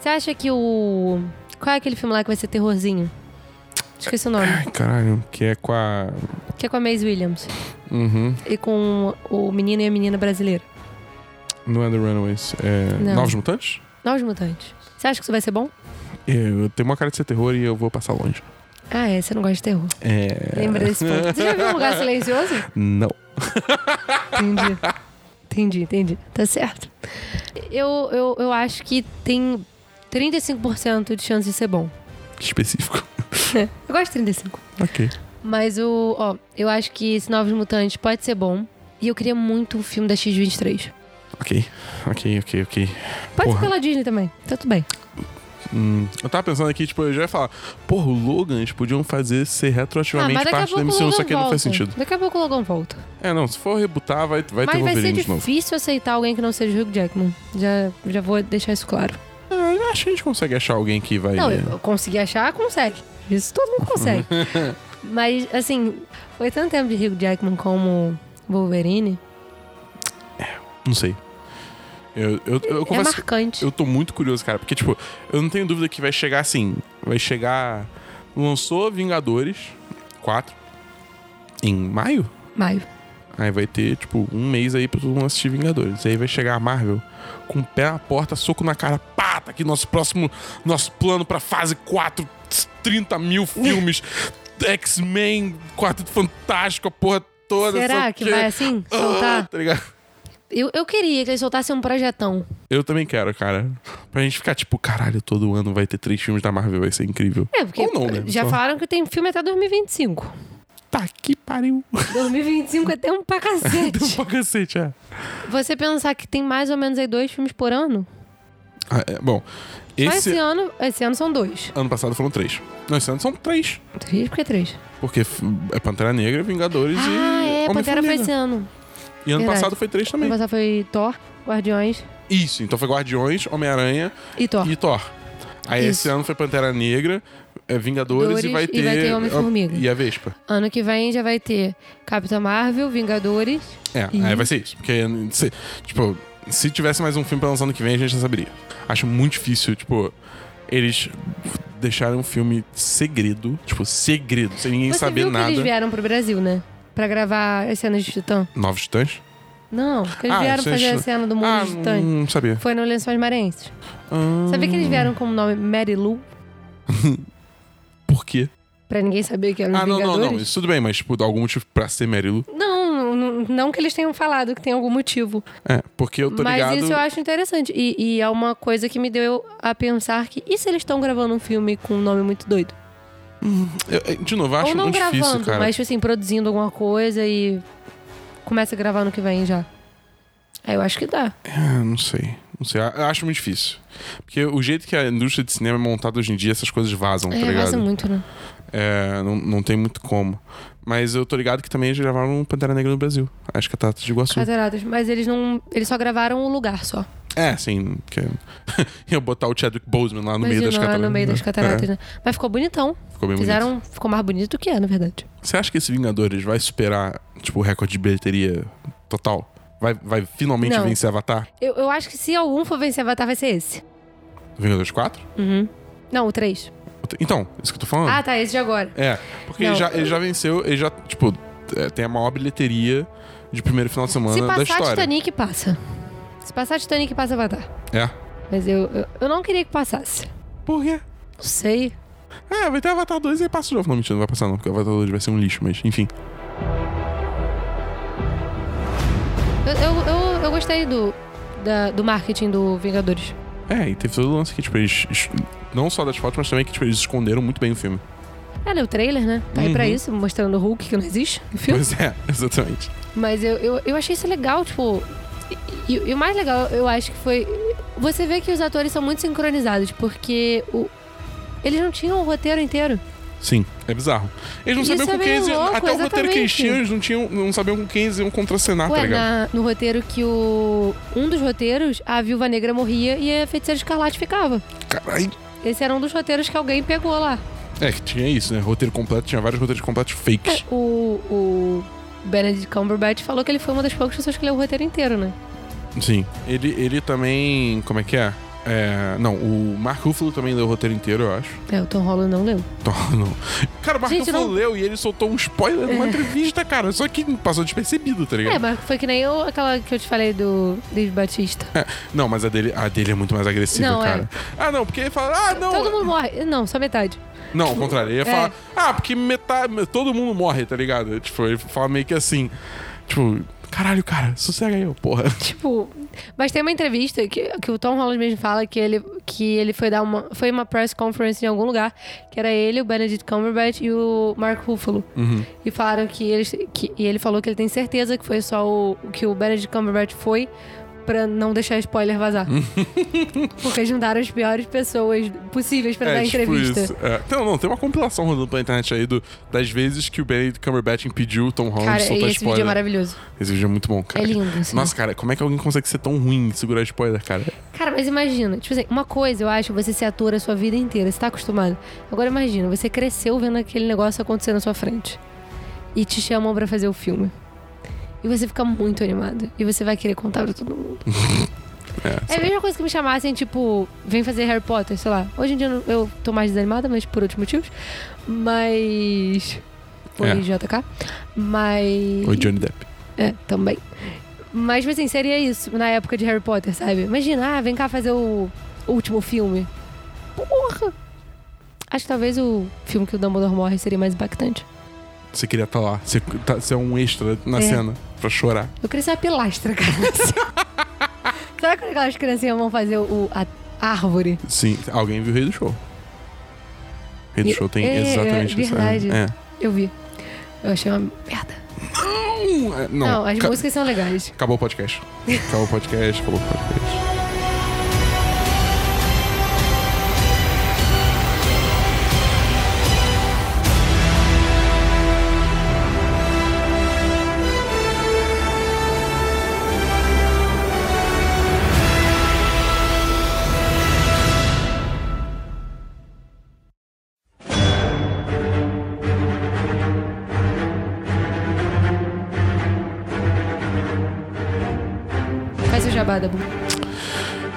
[SPEAKER 3] Você acha que o... Qual é aquele filme lá que vai ser terrorzinho? Esqueci o nome.
[SPEAKER 2] Ai, caralho, que é com a.
[SPEAKER 3] Que é com a Maisie Williams.
[SPEAKER 2] Uhum.
[SPEAKER 3] E com o menino e a menina brasileira.
[SPEAKER 2] Não é The Runaways. É.
[SPEAKER 3] Não.
[SPEAKER 2] Novos Mutantes?
[SPEAKER 3] Nós Mutantes. Você acha que isso vai ser bom?
[SPEAKER 2] É, Eu tenho uma cara de ser terror e eu vou passar longe.
[SPEAKER 3] Ah, é. Você não gosta de terror.
[SPEAKER 2] É.
[SPEAKER 3] Lembra desse ponto. Você já viu um lugar silencioso?
[SPEAKER 2] Não.
[SPEAKER 3] Entendi. Entendi, entendi. Tá certo. Eu, eu, eu acho que tem 35% de chance de ser bom.
[SPEAKER 2] Que específico.
[SPEAKER 3] Eu gosto de 35.
[SPEAKER 2] Ok.
[SPEAKER 3] Mas o. Ó, eu acho que esse Novos Mutantes pode ser bom. E eu queria muito um filme da X23.
[SPEAKER 2] Ok, ok, ok, ok.
[SPEAKER 3] Pode
[SPEAKER 2] Porra.
[SPEAKER 3] ser pela Disney também. Tá tudo bem.
[SPEAKER 2] Hum, eu tava pensando aqui, tipo, eu já ia falar, porra, o Logan, eles podiam fazer ser retroativamente
[SPEAKER 3] Ah, mas daqui a
[SPEAKER 2] parte
[SPEAKER 3] pouco
[SPEAKER 2] da
[SPEAKER 3] o
[SPEAKER 2] MCU,
[SPEAKER 3] Logan
[SPEAKER 2] só que não faz
[SPEAKER 3] volta.
[SPEAKER 2] sentido.
[SPEAKER 3] Daqui a pouco o Logan volta.
[SPEAKER 2] É, não, se for rebutar, vai, vai ter
[SPEAKER 3] Mas vai ser
[SPEAKER 2] Wolverine de novo.
[SPEAKER 3] difícil aceitar alguém que não seja o Hugh Jackman. Já, já vou deixar isso claro.
[SPEAKER 2] Ah, eu acho que a gente consegue achar alguém que vai.
[SPEAKER 3] Não, eu consegui achar, consegue. Isso todo mundo consegue. Mas, assim, foi tanto tempo de Hugh Jackman como Wolverine.
[SPEAKER 2] Não sei. Eu, eu, eu,
[SPEAKER 3] é
[SPEAKER 2] confesso,
[SPEAKER 3] marcante.
[SPEAKER 2] eu tô muito curioso, cara, porque, tipo, eu não tenho dúvida que vai chegar assim. Vai chegar. Lançou Vingadores 4 em maio?
[SPEAKER 3] Maio.
[SPEAKER 2] Aí vai ter, tipo, um mês aí pra todo mundo assistir Vingadores. Aí vai chegar a Marvel com o pé na porta, soco na cara, pá, tá aqui nosso próximo, nosso plano pra fase 4, 30 mil filmes, X-Men, Quarteto Fantástico, a porra toda.
[SPEAKER 3] Será
[SPEAKER 2] sabe
[SPEAKER 3] que
[SPEAKER 2] o quê?
[SPEAKER 3] vai assim?
[SPEAKER 2] Ah,
[SPEAKER 3] Soltar?
[SPEAKER 2] tá ligado?
[SPEAKER 3] Eu, eu queria que eles soltassem um projetão.
[SPEAKER 2] Eu também quero, cara. Pra gente ficar tipo, caralho, todo ano vai ter três filmes da Marvel, vai ser incrível.
[SPEAKER 3] É, porque
[SPEAKER 2] Ou não, né?
[SPEAKER 3] já
[SPEAKER 2] Só-
[SPEAKER 3] falaram que tem filme até 2025.
[SPEAKER 2] Tá que pariu.
[SPEAKER 3] 2025 é tempo pra
[SPEAKER 2] Deu
[SPEAKER 3] cacete.
[SPEAKER 2] pra cacete, é.
[SPEAKER 3] Você pensar que tem mais ou menos aí dois filmes por ano?
[SPEAKER 2] Ah, é, Bom,
[SPEAKER 3] Só
[SPEAKER 2] esse.
[SPEAKER 3] esse ano, esse ano são dois.
[SPEAKER 2] Ano passado foram três. Não, esse ano são três.
[SPEAKER 3] Três porque é três.
[SPEAKER 2] Porque f- é Pantera Negra, Vingadores
[SPEAKER 3] Ah,
[SPEAKER 2] e.
[SPEAKER 3] é, Pantera foi
[SPEAKER 2] Homem-Formiga.
[SPEAKER 3] esse ano.
[SPEAKER 2] E ano
[SPEAKER 3] Verdade.
[SPEAKER 2] passado foi três também.
[SPEAKER 3] Ano passado foi Thor, Guardiões
[SPEAKER 2] Isso, então foi Guardiões, Homem-Aranha
[SPEAKER 3] e Thor.
[SPEAKER 2] e Thor. Aí
[SPEAKER 3] Isso.
[SPEAKER 2] esse ano foi Pantera Negra, é, Vingadores e
[SPEAKER 3] Vingadores
[SPEAKER 2] vai
[SPEAKER 3] e
[SPEAKER 2] ter.
[SPEAKER 3] vai ter Homem-Formiga.
[SPEAKER 2] E a Vespa.
[SPEAKER 3] Ano que vem já vai ter Capitã Marvel, Vingadores.
[SPEAKER 2] É,
[SPEAKER 3] E-
[SPEAKER 2] aí vai ser isso. Porque, se- tipo, se tivesse mais um filme pra lançar ano que vem, a gente já saberia. Acho muito difícil, tipo, eles deixaram o filme segredo, tipo, segredo, sem ninguém
[SPEAKER 3] Você
[SPEAKER 2] saber
[SPEAKER 3] viu que eles
[SPEAKER 2] nada.
[SPEAKER 3] vieram pro Brasil, né? Pra gravar as cenas de Titã.
[SPEAKER 2] Novos titãs?
[SPEAKER 3] Não, que eles
[SPEAKER 2] Ah,
[SPEAKER 3] vieram
[SPEAKER 2] vocês-
[SPEAKER 3] fazer a cena do mundo
[SPEAKER 2] Ah,
[SPEAKER 3] de Titã.
[SPEAKER 2] não sabia.
[SPEAKER 3] Foi no Lençóis Maranhenses.
[SPEAKER 2] Ah,
[SPEAKER 3] Sabia que eles vieram com o nome Mary Lou?
[SPEAKER 2] Por quê?
[SPEAKER 3] Pra ninguém saber que eram os
[SPEAKER 2] Ah, não, não,
[SPEAKER 3] Vingadores?
[SPEAKER 2] não. Isso tudo bem, mas, tipo, dá algum motivo pra ser Merilu.
[SPEAKER 3] Não, não, não que eles tenham falado que tem algum motivo.
[SPEAKER 2] É, porque eu tô
[SPEAKER 3] Mas
[SPEAKER 2] ligado.
[SPEAKER 3] isso eu acho interessante. E, e é uma coisa que me deu a pensar que. E se eles estão gravando um filme com um nome muito doido?
[SPEAKER 2] Eu- de novo, eu acho
[SPEAKER 3] Ou não
[SPEAKER 2] muito
[SPEAKER 3] gravando,
[SPEAKER 2] difícil, cara.
[SPEAKER 3] mas tipo assim, produzindo alguma coisa e. Começa a gravar no que vem já. Aí eu acho que dá.
[SPEAKER 2] Ah, não sei. Não sei. Eu acho muito difícil. Porque o jeito que a indústria de cinema é montada hoje em dia, essas coisas vazam, tá
[SPEAKER 3] é,
[SPEAKER 2] ligado?
[SPEAKER 3] vaza muito, né?
[SPEAKER 2] É, não, não tem muito como. Mas eu tô ligado que também eles gravaram um Pantera Negra no Brasil. Acho que é Tato de Iguaçu.
[SPEAKER 3] Cataratas. Mas eles não. Eles só gravaram o lugar só.
[SPEAKER 2] É, sim. Porque... eu botar o Chadwick Boseman lá no meio das
[SPEAKER 3] Imagina lá
[SPEAKER 2] cataratas.
[SPEAKER 3] no meio das
[SPEAKER 2] né?
[SPEAKER 3] cataratas, né? Mas ficou bonitão.
[SPEAKER 2] É, ficou bem bonito.
[SPEAKER 3] Fizeram. Ficou mais bonito do que é, na verdade.
[SPEAKER 2] Você acha que esse Vingadores vai superar, tipo, o recorde de bilheteria total? Vai, vai finalmente
[SPEAKER 3] Não.
[SPEAKER 2] vencer Avatar?
[SPEAKER 3] Eu, eu acho que se algum for vencer Avatar, vai ser esse.
[SPEAKER 2] Vingadores 4?
[SPEAKER 3] Uhum. Não, o 3.
[SPEAKER 2] Então, isso que eu tô falando.
[SPEAKER 3] Ah, tá, esse de agora.
[SPEAKER 2] É, porque ele
[SPEAKER 3] Não.
[SPEAKER 2] já, ele já venceu, ele já, tipo, é, tem a maior bilheteria de primeiro final de
[SPEAKER 3] Se
[SPEAKER 2] semana da
[SPEAKER 3] passar
[SPEAKER 2] história.
[SPEAKER 3] Titanic, passa. Se passar Titanic, passa Avatar.
[SPEAKER 2] É.
[SPEAKER 3] Mas eu, eu, eu não queria que passasse.
[SPEAKER 2] Por quê?
[SPEAKER 3] Não sei.
[SPEAKER 2] É, vai ter Avatar 2 e aí passa de novo. Não, mentira, não vai passar não, porque Avatar 2 vai ser um lixo, mas enfim.
[SPEAKER 3] Eu, eu, eu, eu gostei do, da- do marketing do Vingadores.
[SPEAKER 2] É, e teve todo o lance que, tipo, eles. es- Não só das fotos, mas também que, tipo, eles esconderam muito bem o filme.
[SPEAKER 3] É, né? O trailer, né? Tá aí
[SPEAKER 2] Uhum.
[SPEAKER 3] pra isso, mostrando o Hulk que não existe no filme.
[SPEAKER 2] Pois é, exatamente.
[SPEAKER 3] Mas eu, eu, eu achei isso legal, tipo. E, e- e o mais legal, eu acho que foi. Você vê que os atores são muito sincronizados, porque o, eles não tinham o roteiro inteiro.
[SPEAKER 2] Sim, é bizarro. Eles não
[SPEAKER 3] Isso
[SPEAKER 2] sabiam com
[SPEAKER 3] é
[SPEAKER 2] quem
[SPEAKER 3] meio
[SPEAKER 2] eles iam.
[SPEAKER 3] louco,
[SPEAKER 2] Até o roteiro que eles
[SPEAKER 3] exatamente.
[SPEAKER 2] tinham, eles não, tinham, não sabiam com quem eles iam contracenar, tá
[SPEAKER 3] Ué,
[SPEAKER 2] ligado?
[SPEAKER 3] na- no roteiro que o. Um dos roteiros, a viúva negra morria e a feiticeira escarlate ficava.
[SPEAKER 2] Caralho.
[SPEAKER 3] Esse era um dos roteiros que alguém pegou lá.
[SPEAKER 2] É, que tinha isso, né? Roteiro completo, tinha vários roteiros completos fakes.
[SPEAKER 3] É. O, o Benedict Cumberbatch falou que ele foi uma das poucas pessoas que leu o roteiro inteiro, né?
[SPEAKER 2] Sim. Ele, ele também. Como é que é? É, Não, o Mark Ruffalo também leu o roteiro inteiro, eu acho.
[SPEAKER 3] É, o Tom Holland não leu.
[SPEAKER 2] Então, não. Cara, o Mark
[SPEAKER 3] Gente,
[SPEAKER 2] Ruffalo
[SPEAKER 3] não-
[SPEAKER 2] leu e ele soltou um spoiler numa entrevista, cara. Só que passou despercebido, tá ligado?
[SPEAKER 3] É, mas foi que nem eu, aquela que eu te falei do David Batista.
[SPEAKER 2] Não, mas a dele, a dele é muito mais agressiva,
[SPEAKER 3] Não, é.
[SPEAKER 2] cara. Ah, não, porque ele fala, ah, não.
[SPEAKER 3] Todo mundo morre. Não, só metade.
[SPEAKER 2] Não, ao contrário, ele ia
[SPEAKER 3] É.
[SPEAKER 2] falar, ah, porque metade. Todo mundo morre, tá ligado? Tipo, ele fala meio que assim. Tipo, caralho, cara, sossega aí, ô porra.
[SPEAKER 3] Tipo, mas tem uma entrevista que, que o Tom Holland mesmo fala que ele, que ele foi dar uma. Foi uma press conference em algum lugar, que era ele, o Benedict Cumberbatch e o Mark Ruffalo.
[SPEAKER 2] Uhum.
[SPEAKER 3] E falaram que eles. Que, e ele falou que ele tem certeza que foi só o que o Benedict Cumberbatch foi pra não deixar spoiler vazar. Porque juntaram as piores pessoas possíveis pra dar Tá entrevista.
[SPEAKER 2] É, isso. É. Então, não, tem uma compilação rodando pela internet aí do, das vezes que o Benedict Cumberbatch impediu o Tom Holland
[SPEAKER 3] Cara,
[SPEAKER 2] de
[SPEAKER 3] e
[SPEAKER 2] soltar
[SPEAKER 3] esse vídeo é
[SPEAKER 2] spoiler.
[SPEAKER 3] maravilhoso.
[SPEAKER 2] esse vídeo é muito bom, cara.
[SPEAKER 3] É lindo, assim.
[SPEAKER 2] Nossa, cara, como é que alguém consegue ser tão ruim de segurar spoiler, cara?
[SPEAKER 3] Cara, mas imagina, tipo assim, uma coisa eu acho você ser ator a sua vida inteira, você tá acostumado. Agora imagina, você cresceu vendo aquele negócio acontecer na sua frente. E te chamam pra fazer o filme. E você fica muito animado. E você vai querer contar pra todo mundo.
[SPEAKER 2] É,
[SPEAKER 3] É a mesma coisa que me chamassem, tipo, vem fazer Harry Potter, sei lá. Hoje em dia eu não- eu tô mais desanimada, mas por outros motivos. Mas. Por
[SPEAKER 2] É.
[SPEAKER 3] JK. Mas.
[SPEAKER 2] Oi, Johnny Depp.
[SPEAKER 3] É, também. Mas, tipo assim, seria isso na época de Harry Potter, sabe? Imagina, ah, vem cá fazer o último filme. Porra! Acho que talvez o filme que o Dumbledore morre seria mais impactante.
[SPEAKER 2] Você queria estar lá. Você, tá, você é um extra na
[SPEAKER 3] É.
[SPEAKER 2] cena pra chorar.
[SPEAKER 3] Eu queria ser uma pilastra, cara. Sabe quando aquelas criancinhas vão fazer o, a árvore?
[SPEAKER 2] Sim, alguém viu o Rei do Show. Rei do
[SPEAKER 3] E-
[SPEAKER 2] Show tem
[SPEAKER 3] é,
[SPEAKER 2] exatamente
[SPEAKER 3] é
[SPEAKER 2] isso.
[SPEAKER 3] verdade.
[SPEAKER 2] É.
[SPEAKER 3] Eu vi. Eu achei uma merda.
[SPEAKER 2] Hum, é, Não,
[SPEAKER 3] Não, as
[SPEAKER 2] ca-
[SPEAKER 3] músicas são legais.
[SPEAKER 2] Acabou o podcast. Acabou o podcast, acabou o podcast.
[SPEAKER 3] Faz o jabá, Dabu.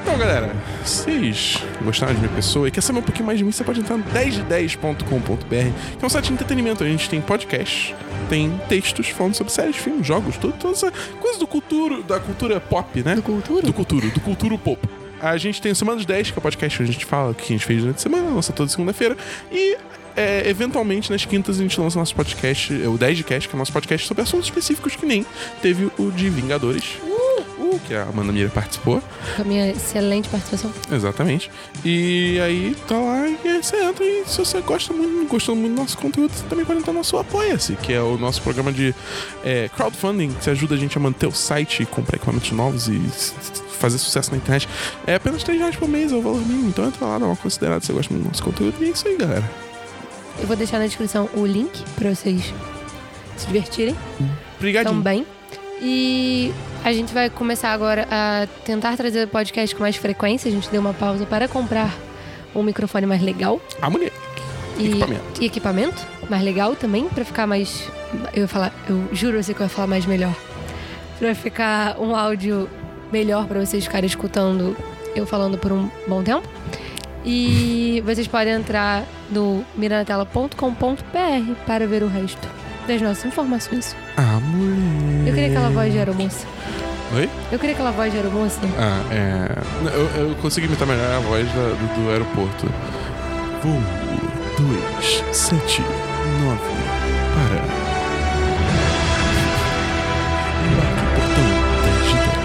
[SPEAKER 2] Então, galera, vocês gostaram de minha pessoa e quer saber um pouquinho mais de mim, você pode entrar no 10de10.com.br, que é um site de entretenimento. A gente tem podcast, tem textos falando sobre séries, filmes, jogos, tudo, toda essa coisa do cultura, da cultura pop, né?
[SPEAKER 3] Do culturo?
[SPEAKER 2] Do cultura, do cultura pop. A gente tem o Semana dos 10, que é o podcast onde a gente fala o que a gente fez durante a semana, lança toda segunda-feira. E, é, eventualmente, nas quintas a gente lança nosso podcast, é, o 10 de Cast, que é o nosso podcast sobre assuntos específicos que nem teve o de Vingadores. Uh, que a Amanda Mira participou.
[SPEAKER 3] Com a minha excelente participação.
[SPEAKER 2] Exatamente. E aí tá lá e aí você entra e se você gosta muito, gostou muito do nosso conteúdo, você também pode entrar no nosso Apoia-se, que é o nosso programa de é, crowdfunding, que ajuda a gente a manter o site, comprar equipamentos novos e s- s- fazer sucesso na internet. É apenas 3 reais por mês, é o valor mínimo. Então entra lá, dá uma considerada se você gosta muito do nosso conteúdo. E é isso aí, galera.
[SPEAKER 3] Eu vou deixar na descrição o link pra vocês se divertirem
[SPEAKER 2] Obrigadinho.
[SPEAKER 3] também. E a gente vai começar agora a tentar trazer o podcast com mais frequência. A gente deu uma pausa para comprar um microfone mais legal.
[SPEAKER 2] A mulher.
[SPEAKER 3] E
[SPEAKER 2] Equipamento.
[SPEAKER 3] e equipamento mais legal também, pra ficar mais. Eu ia falar, eu juro a você que eu ia falar mais melhor. Pra ficar um áudio melhor pra vocês ficarem escutando eu falando por um bom tempo. E vocês podem entrar no miranatela.com.br para ver o resto das nossas informações.
[SPEAKER 2] A mulher.
[SPEAKER 3] Eu queria aquela voz de aeromoça.
[SPEAKER 2] Oi?
[SPEAKER 3] Eu queria aquela voz de aeromoça.
[SPEAKER 2] Ah, é. Não, Eu, eu consegui imitar melhor a voz da- do, do aeroporto. Voo 2, 7, 9, para. Embarque portão 10 de 10.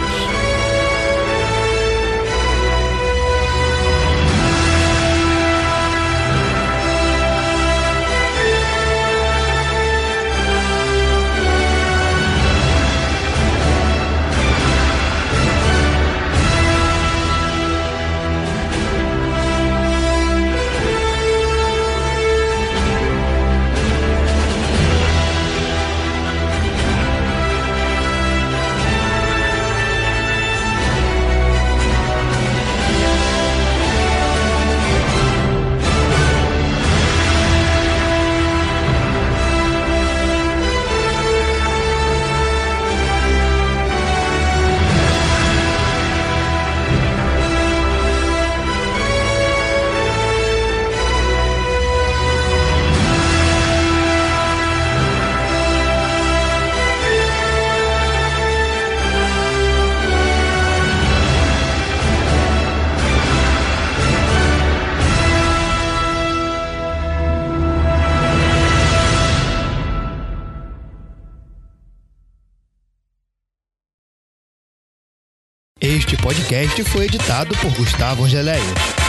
[SPEAKER 5] Este podcast foi editado por Gustavo Angeléia.